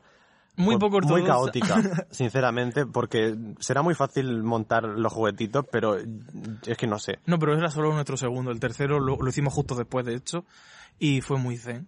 S2: Muy
S1: pues,
S2: poco
S1: muy
S2: ortodoxa.
S1: caótica, sinceramente, porque será muy fácil montar los juguetitos, pero es que no sé.
S2: No, pero era solo nuestro segundo. El tercero lo, lo hicimos justo después, de hecho, y fue muy zen.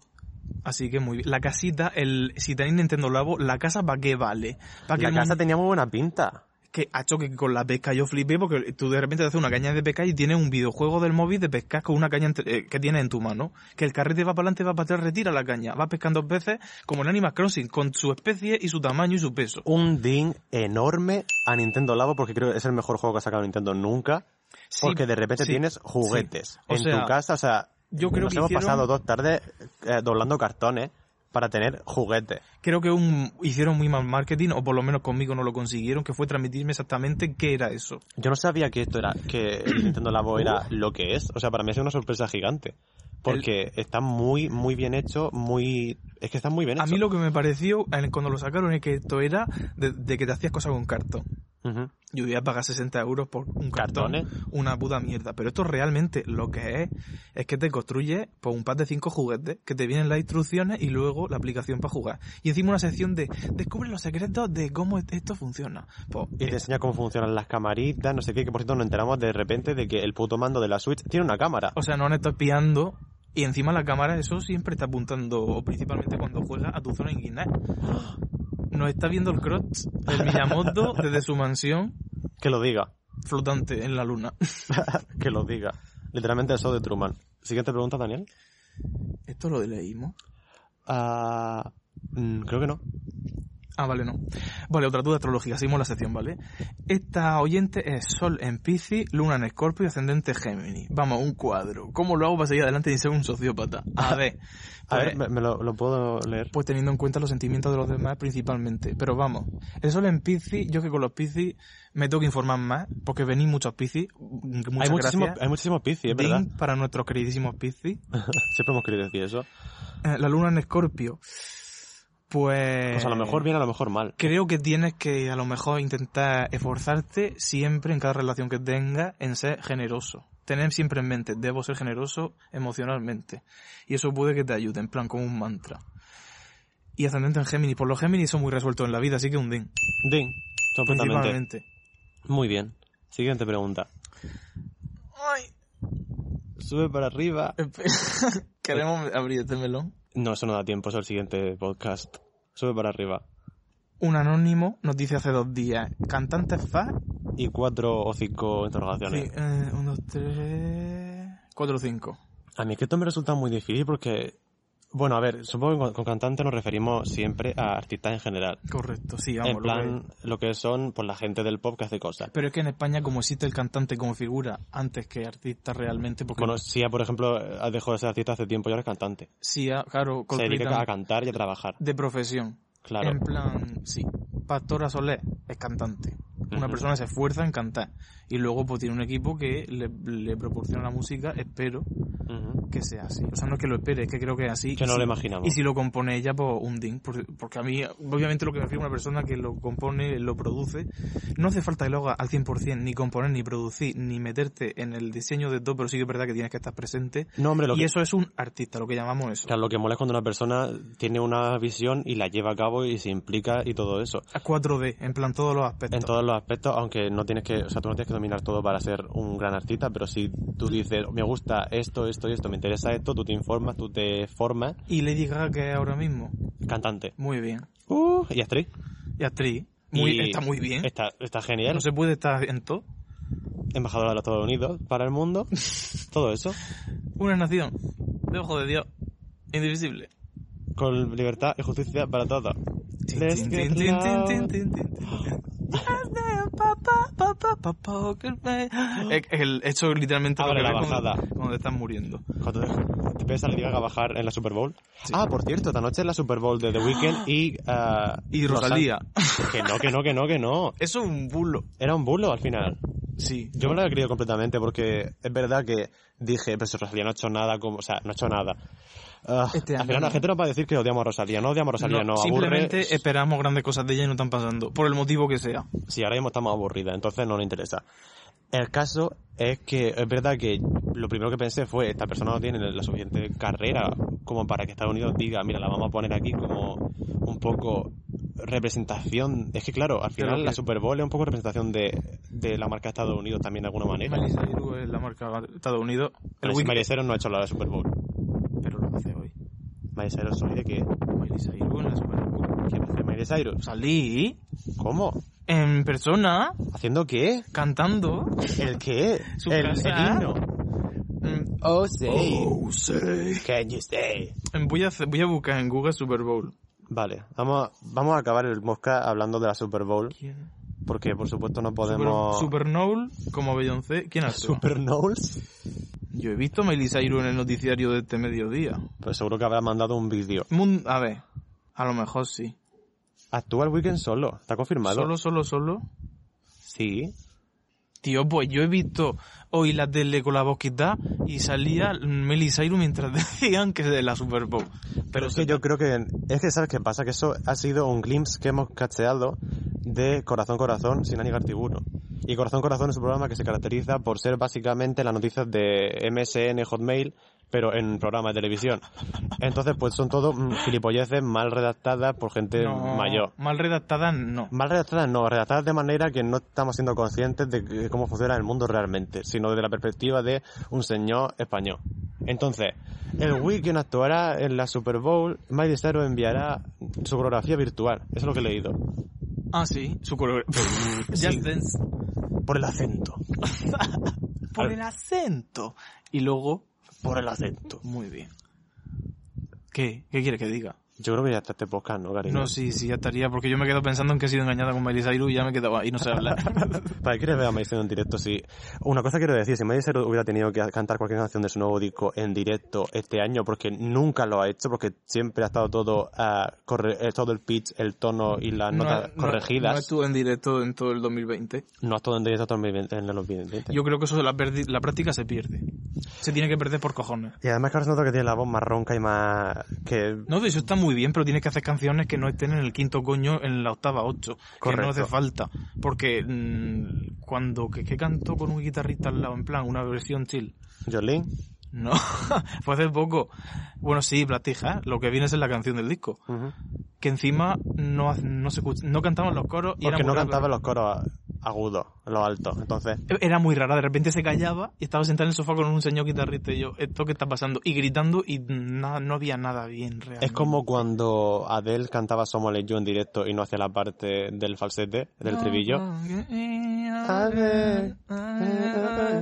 S2: Así que muy bien. La casita, el, si tenéis Nintendo Labo, la casa para qué vale. Para Ah, que
S1: La
S2: el
S1: casa
S2: mon-
S1: tenía muy buena pinta.
S2: que ha hecho que con la pesca yo flipé porque tú de repente te haces una caña de pesca y tienes un videojuego del móvil de pescar con una caña entre- eh, que tienes en tu mano. Que el carrete va para adelante, va para atrás, retira la caña. Va pescando dos veces como en Animal Crossing, con su especie y su tamaño y su peso.
S1: Un ding enorme a Nintendo Labo porque creo que es el mejor juego que ha sacado Nintendo nunca.
S2: Sí,
S1: Porque de repente
S2: sí,
S1: tienes juguetes
S2: sí. O
S1: en
S2: sea,
S1: tu casa, o sea,
S2: yo creo
S1: Pues nos
S2: que
S1: hemos
S2: hicieron-
S1: pasado dos tardes eh, doblando cartones para tener juguetes.
S2: Creo que un, hicieron muy mal marketing, o por lo menos conmigo no lo consiguieron, que fue transmitirme exactamente qué era eso.
S1: Yo no sabía que esto era, que el Nintendo Labo era lo que es, o sea, para mí ha sido una sorpresa gigante, porque está muy, muy bien hecho, muy, es que está muy bien
S2: A
S1: hecho.
S2: mí lo que me pareció eh, cuando lo sacaron es que esto era de, de que te hacías cosas con cartón.
S1: Ujú.
S2: Yo voy a pagar 60 euros por un cartón.
S1: Cartones.
S2: Una puta mierda. Pero esto realmente lo que es es que te construye pues, un pack de 5 juguetes que te vienen las instrucciones y luego la aplicación para jugar. Y encima una sección de descubre los secretos de cómo esto funciona. Pues,
S1: Y te
S2: eh,
S1: enseña cómo funcionan las camaritas, no sé qué, que por cierto nos enteramos de repente de que el puto mando de la Switch tiene una cámara.
S2: o sea, no han estado espiando. Y encima la cámara, eso siempre está apuntando, o principalmente cuando juegas a tu zona inguinal. Nos está viendo el crotch del Miyamoto desde su mansión
S1: Que lo diga,
S2: flotante en la luna.
S1: que lo diga. Literalmente eso de Truman. Siguiente pregunta, Daniel.
S2: ¿Esto lo leímos?
S1: Ah, mm, creo que no.
S2: Ah, vale, no. Vale, otra duda astrológica. Seguimos la sección, ¿vale? Esta oyente es Sol en Piscis, Luna en Escorpio y Ascendente en Géminis. Vamos, un cuadro. ¿Cómo lo hago para seguir adelante y ser un sociópata? A ver.
S1: A
S2: pues-
S1: ver, me, me lo, lo puedo leer.
S2: Pues teniendo en cuenta los sentimientos de los demás principalmente. Pero vamos, el Sol en Piscis, yo que con los Piscis me tengo que informar más, porque venís muchos Piscis. Muchas
S1: hay, muchísimo,
S2: gracias.
S1: hay muchísimo Piscis, es
S2: Ding
S1: verdad.
S2: para nuestros queridísimos Piscis.
S1: Siempre hemos querido decir eso.
S2: Eh, la Luna en Escorpio. Pues...
S1: Pues a lo mejor bien, a lo mejor mal.
S2: creo que tienes que a lo mejor intentar esforzarte siempre en cada relación que tengas en ser generoso. Tener siempre en mente, debo ser generoso emocionalmente. Y eso puede que te ayude, en plan, como un mantra. Y ascendente en Géminis. Por los Géminis son muy resueltos en la vida, así que un din.
S1: Ding, sorprendente.
S2: Principalmente.
S1: Muy bien. Siguiente pregunta.
S2: Ay,
S1: Sube para arriba.
S2: espera. Queremos abrir este melón.
S1: No, eso no da tiempo, eso es el siguiente podcast. Sube para arriba.
S2: Un anónimo nos dice hace dos días, cantante fa.
S1: Y cuatro o cinco
S2: Sí,
S1: interrogaciones.
S2: eh, un, dos, tres, cuatro, cinco.
S1: A mí es que esto me resulta muy difícil porque... Bueno, a ver, supongo que con, con cantante nos referimos siempre a artistas en general.
S2: Correcto, sí, vamos.
S1: en
S2: lo que-
S1: plan, lo que son pues, la gente del pop que hace cosas.
S2: Pero es que en España, como existe el cantante como figura antes que artista realmente, porque
S1: Bueno, Sia, por ejemplo, eh, dejó de ser artista hace tiempo y ahora es cantante.
S2: sí, ah, claro,
S1: Se
S2: Coldplay
S1: dedica a
S2: también,
S1: cantar y a trabajar.
S2: de profesión.
S1: Claro.
S2: En plan, sí. Pastora Soler es cantante. Una
S1: Ujú.
S2: persona que se esfuerza en cantar. Y luego, pues tiene un equipo que le, le proporciona la música, espero
S1: Ujú.
S2: que sea así. O sea, no es que lo espere, es que creo que es así.
S1: Que
S2: Y
S1: no
S2: si-
S1: lo imaginamos.
S2: Y si lo compone ella, pues un ding. por- Porque a mí, obviamente, lo que me refiero a una persona que lo compone, lo produce, no hace falta que lo haga al 100%, ni componer, ni producir, ni meterte en el diseño de todo, pero sí que es verdad que tienes que estar presente.
S1: No, hombre, lo
S2: y
S1: que...
S2: eso es un artista, lo que llamamos eso.
S1: Claro, lo que mola es cuando una persona tiene una visión y la lleva a cabo y se implica y todo eso.
S2: A 4D, en plan todos los aspectos.
S1: En todos los los aspectos, aunque no tienes que, o sea, tú no tienes que dominar todo para ser un gran artista, pero si tú dices, me gusta esto, esto y esto, me interesa esto, tú te informas, tú te formas,
S2: Y Lady Gaga, que es ahora mismo.
S1: cantante.
S2: Muy bien.
S1: Uh, y actriz.
S2: Y actriz. Muy,
S1: Y
S2: está muy bien.
S1: Está, está genial.
S2: No se puede estar en todo.
S1: Embajadora de los Estados Unidos para el mundo. todo eso.
S2: Una nación. De ojo de Dios. Indivisible.
S1: Con libertad y justicia para todos.
S2: Tin,
S1: Let's
S2: tin,
S1: get
S2: tin, tin, tin,
S1: loud.
S2: tin, tin, tin, tin. Yes, there, pa, pa, pa, pa, pa, pa, que me- Es- es Eh, el- Esto es literalmente lo
S1: Abre
S2: que
S1: la
S2: ves cuando-
S1: bajada.
S2: Cuando estás muriendo.
S1: Cuando te, te pesa la liga a bajar en la Super Bowl.
S2: Sí.
S1: Ah, por cierto, esta noche es la Super Bowl de The Weeknd y... ah,
S2: Y
S1: Rosan-
S2: Rosalía.
S1: Que no, que no, que no, que no.
S2: Eso es un bulo.
S1: Era un bulo al final.
S2: Sí.
S1: Yo me lo he creído completamente porque es verdad que dije, pero si Rosalía no ha hecho nada, como, o sea, no ha hecho nada. Ah,
S2: Este
S1: al
S2: año
S1: final la
S2: no.
S1: gente nos va a decir que odiamos a Rosalía. No odiamos a Rosalía, no, aburre.
S2: simplemente esperamos grandes cosas de ella y no están pasando. Por el motivo que sea.
S1: si ahora mismo estamos aburridas, entonces no nos interesa. El caso es que es verdad que lo primero que pensé fue, esta persona no tiene la suficiente carrera como para que Estados Unidos diga, mira, la vamos a poner aquí como un poco representación. Es que claro, al
S2: Pero
S1: final
S2: que-
S1: la Super Bowl es un poco representación de, de la marca Estados Unidos también de alguna manera.
S2: Miley Cyrus es la marca de Estados Unidos. El
S1: Eh. Pero si
S2: Weeknd-
S1: Miley Cyrus no ha hecho la Super Bowl.
S2: Pero lo que hace hoy.
S1: Miley Cyrus soy de que
S2: Miley Cyrus en la Super Bowl.
S1: quiere hacer Miley Cyrus.
S2: Salí
S1: ¿Cómo?
S2: en persona,
S1: ¿Haciendo qué?
S2: cantando.
S1: ¿El qué?
S2: Su
S1: el, el
S2: casa.
S1: himno.
S2: Mm,
S1: Oh, sí. Can you say?
S2: Voy a, hacer- voy a buscar en Google Super Bowl.
S1: Vale, vamos a, vamos a acabar el mosca hablando de la Super Bowl,
S2: ¿Quién?
S1: porque por supuesto no
S2: Super,
S1: podemos...
S2: Super Bowl como Beyoncé. ¿Quién hace?
S1: Super Knowles.
S2: Yo he visto a Miley Cyrus en el noticiario de este mediodía.
S1: Pues seguro que habrá mandado un vídeo.
S2: Mun- a ver, a lo mejor sí.
S1: Actúa el weekend solo, está confirmado.
S2: Solo, solo, solo.
S1: Sí.
S2: Tío, pues yo he visto hoy la tele con la voz quitada y salía Miley Cyrus mientras decían que es de la Super Bowl.
S1: Pero es que yo creo que... Es que sabes qué pasa, que eso ha sido un glimpse que hemos cacheado de Corazón Corazón sin Ani Gartiburu. Y Corazón Corazón es un programa que se caracteriza por ser básicamente las noticias de MSN Hotmail, pero en programa de televisión. Entonces pues son todo mm, gilipolleces mal redactadas por gente
S2: No,
S1: mayor.
S2: Mal redactada, no.
S1: Mal redactadas no, redactadas de manera que no estamos siendo conscientes de que- cómo funciona el mundo realmente, sino desde la perspectiva de un señor español. Entonces, el Weekend actuará en la Super Bowl, Miley Cyrus enviará su coreografía virtual, eso es lo que he leído,
S2: Ah, sí, su color. Just Dance.
S1: por el acento,
S2: Por el acento. Y luego,
S1: por el acento.
S2: muy bien. ¿Qué? ¿Qué quieres que diga?
S1: Yo creo que ya está este podcast, ¿no, cariño?
S2: No, sí, sí, ya estaría, porque yo me quedo pensando en que he sido engañada con Miley Cyrus y ya me quedaba ahí, no sé hablar.
S1: ¿Para qué quieres ver a Miley Cyrus en directo? Si... Una cosa quiero decir, si Miley Cyrus hubiera tenido que cantar cualquier canción de su nuevo disco en directo este año, porque nunca lo ha hecho, porque siempre ha estado todo, ah, corre- eh, todo el pitch, el tono y las notas
S2: No, no,
S1: corregidas,
S2: No estuvo en directo en todo el 2020.
S1: no ha estado en directo todo el 2020, en los 2020.
S2: Yo creo que eso de la, perdi- la práctica se pierde. Se tiene que perder por cojones.
S1: Y además que ahora se nota que tiene la voz más ronca y más... que...
S2: No, de eso está muy bien, pero tienes que hacer canciones que no estén en el quinto coño en la octava ocho. Que no
S1: Correcto.
S2: hace falta. Porque mm, cuando que, que cantó con un guitarrista al lado, en plan, una versión chill.
S1: Jolín.
S2: No, fue hace poco. Bueno, sí, platija, lo que viene es en la canción del disco.
S1: Ujú.
S2: Que encima no, ha- no, se escuch- no cantaban los coros y era
S1: Porque
S2: muy
S1: no
S2: raro. E-,
S1: cantaba los coros agudos, los altos, entonces...
S2: Era muy rara, de repente se callaba y estaba sentada en el sofá con un señor guitarrista y yo, ¿esto qué está pasando? Y gritando y na- no había nada bien real.
S1: Es como cuando Adele cantaba Somos Like You en directo y no hacía la parte del falsete, del estribillo. eh,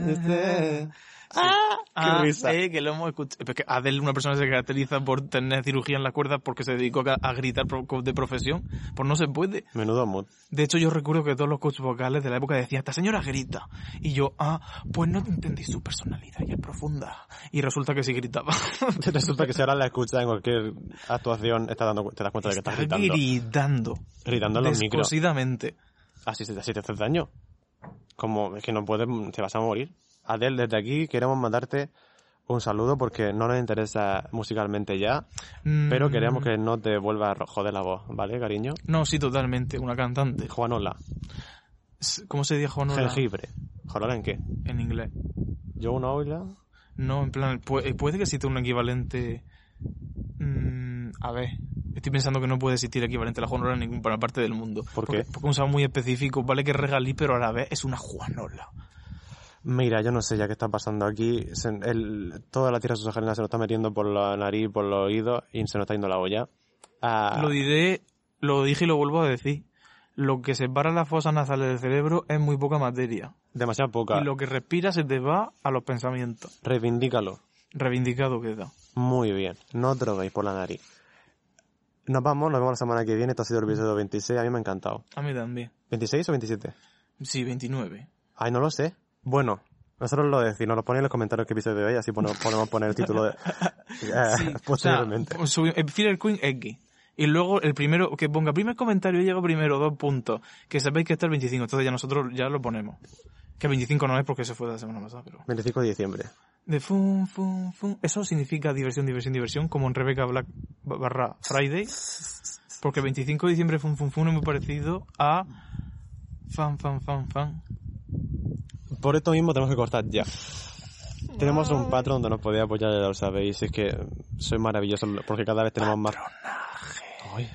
S1: ah,
S2: Este. Ah,
S1: qué risa.
S2: eh, que lo hemos escuchado. Pero es que Adele, una persona que se caracteriza por tener cirugía en las cuerdas porque se dedicó a, a gritar pro- de profesión, pues no se puede.
S1: Menudo mood.
S2: De hecho, yo recuerdo que todos los coaches vocales de la época decían, esta señora grita. Y yo, ah, pues no entendí su personalidad, ella es profunda. Y resulta que sí gritaba.
S1: Resulta que si ahora la escuchas en cualquier actuación, estás dando, cu- te das cuenta de que estás
S2: Está
S1: gritando.
S2: gritando.
S1: Gritando en los micros.
S2: Descosidamente.
S1: Así, se- así te haces daño. Como es que no puedes, te vas a morir. Adele, desde aquí queremos mandarte un saludo porque no nos interesa musicalmente ya,
S2: Mm,
S1: pero queremos que no te vuelva a ro- joder la voz, ¿vale, cariño?
S2: No, sí, totalmente. Una cantante.
S1: Juanola,
S2: S- ¿Cómo se dice Juanola
S1: jengibre. ¿Jolola en qué?
S2: en inglés?
S1: Yo una oila.
S2: No, en plan, pu- eh, puede que exista un equivalente... mm, a ver, Estoy pensando que no puede existir equivalente a la juanola en ninguna parte del mundo.
S1: ¿Por qué?
S2: Porque, porque es un sabor muy específico, vale que es regalí, pero a la vez es una juanola.
S1: Mira, yo no sé ya qué está pasando aquí. Se- el- toda la tierra subsahariana se nos está metiendo por la nariz, por los oídos y se nos está yendo la olla. Ah,
S2: Lo diré, lo dije y lo vuelvo a decir. Lo que separa las fosas nasales del cerebro es muy poca materia.
S1: demasiado poca.
S2: Y lo que respiras se te va a los pensamientos.
S1: Reivindícalo.
S2: Reivindicado queda.
S1: Muy bien. No os droguéis por la nariz. Nos vamos, nos vemos la semana que viene. Esto ha sido el episodio 26. A mí me ha encantado.
S2: A mí también.
S1: ¿26 o 27?
S2: Sí, 29.
S1: Ay, no lo sé. Bueno, nosotros lo decimos. Nos lo ponéis en los comentarios qué episodio es y así pone- podemos poner el título de, eh,
S2: Sí, o sea,
S1: posteriormente.
S2: subi- eh, Filler Queen X. Y luego el primero, que ponga primer comentario y llega primero, dos puntos. Que sabéis que está el 25, entonces ya nosotros ya lo ponemos. Que el 25 no es porque se fue la semana pasada, pero...
S1: 25 de diciembre.
S2: De fun, fun, fun. Eso significa diversión, diversión, diversión, como en Rebecca Black ba- barra Friday. Porque 25 de diciembre fun, fun, fun es muy parecido a... Fan, fan, fan, fan.
S1: Por esto mismo tenemos que cortar ya. Tenemos un Patreon donde nos podéis apoyar, ya lo sabéis. Es que soy maravilloso porque cada vez tenemos más... Ay.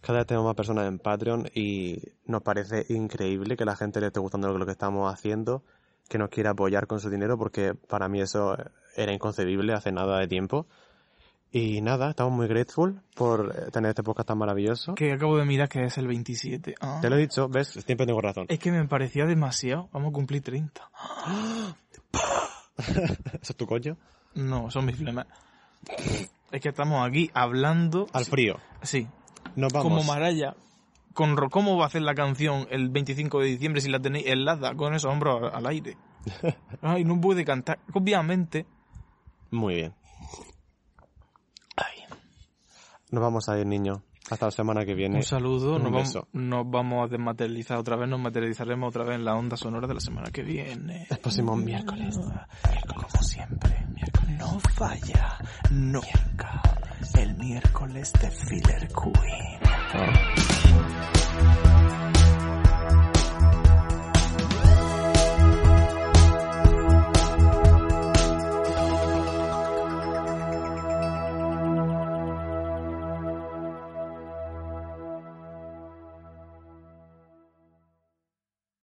S1: Cada vez tenemos más personas en Patreon y nos parece increíble que la gente le esté gustando lo que estamos haciendo, que nos quiera apoyar con su dinero porque para mí eso era inconcebible hace nada de tiempo. Y nada, estamos muy grateful por eh, tener este podcast tan maravilloso.
S2: Que acabo de mirar que es el 27. Ah.
S1: Te lo he dicho, ves, Eh. siempre tengo razón.
S2: Es que me parecía demasiado. Vamos a cumplir 30.
S1: Eso es tu coño.
S2: No, son mis flemas. Es que estamos aquí hablando.
S1: Al frío.
S2: Sí.
S1: Nos vamos.
S2: Como Maraya. Con ro- ¿Cómo va a hacer la canción el 25 de diciembre si la tenéis enlazada con esos hombros al- al aire? Ay, no puede cantar. Obviamente.
S1: Muy bien.
S2: Ay,
S1: Nos vamos a ir, niño. Hasta la semana que viene.
S2: un saludo.
S1: un
S2: nos, vam-
S1: beso.
S2: nos vamos a desmaterializar otra vez. Nos materializaremos otra vez en la onda sonora de la semana que viene.
S1: El próximo miércoles.
S2: Como siempre, miércoles. No falla. Nunca. El miércoles de Filler Queen.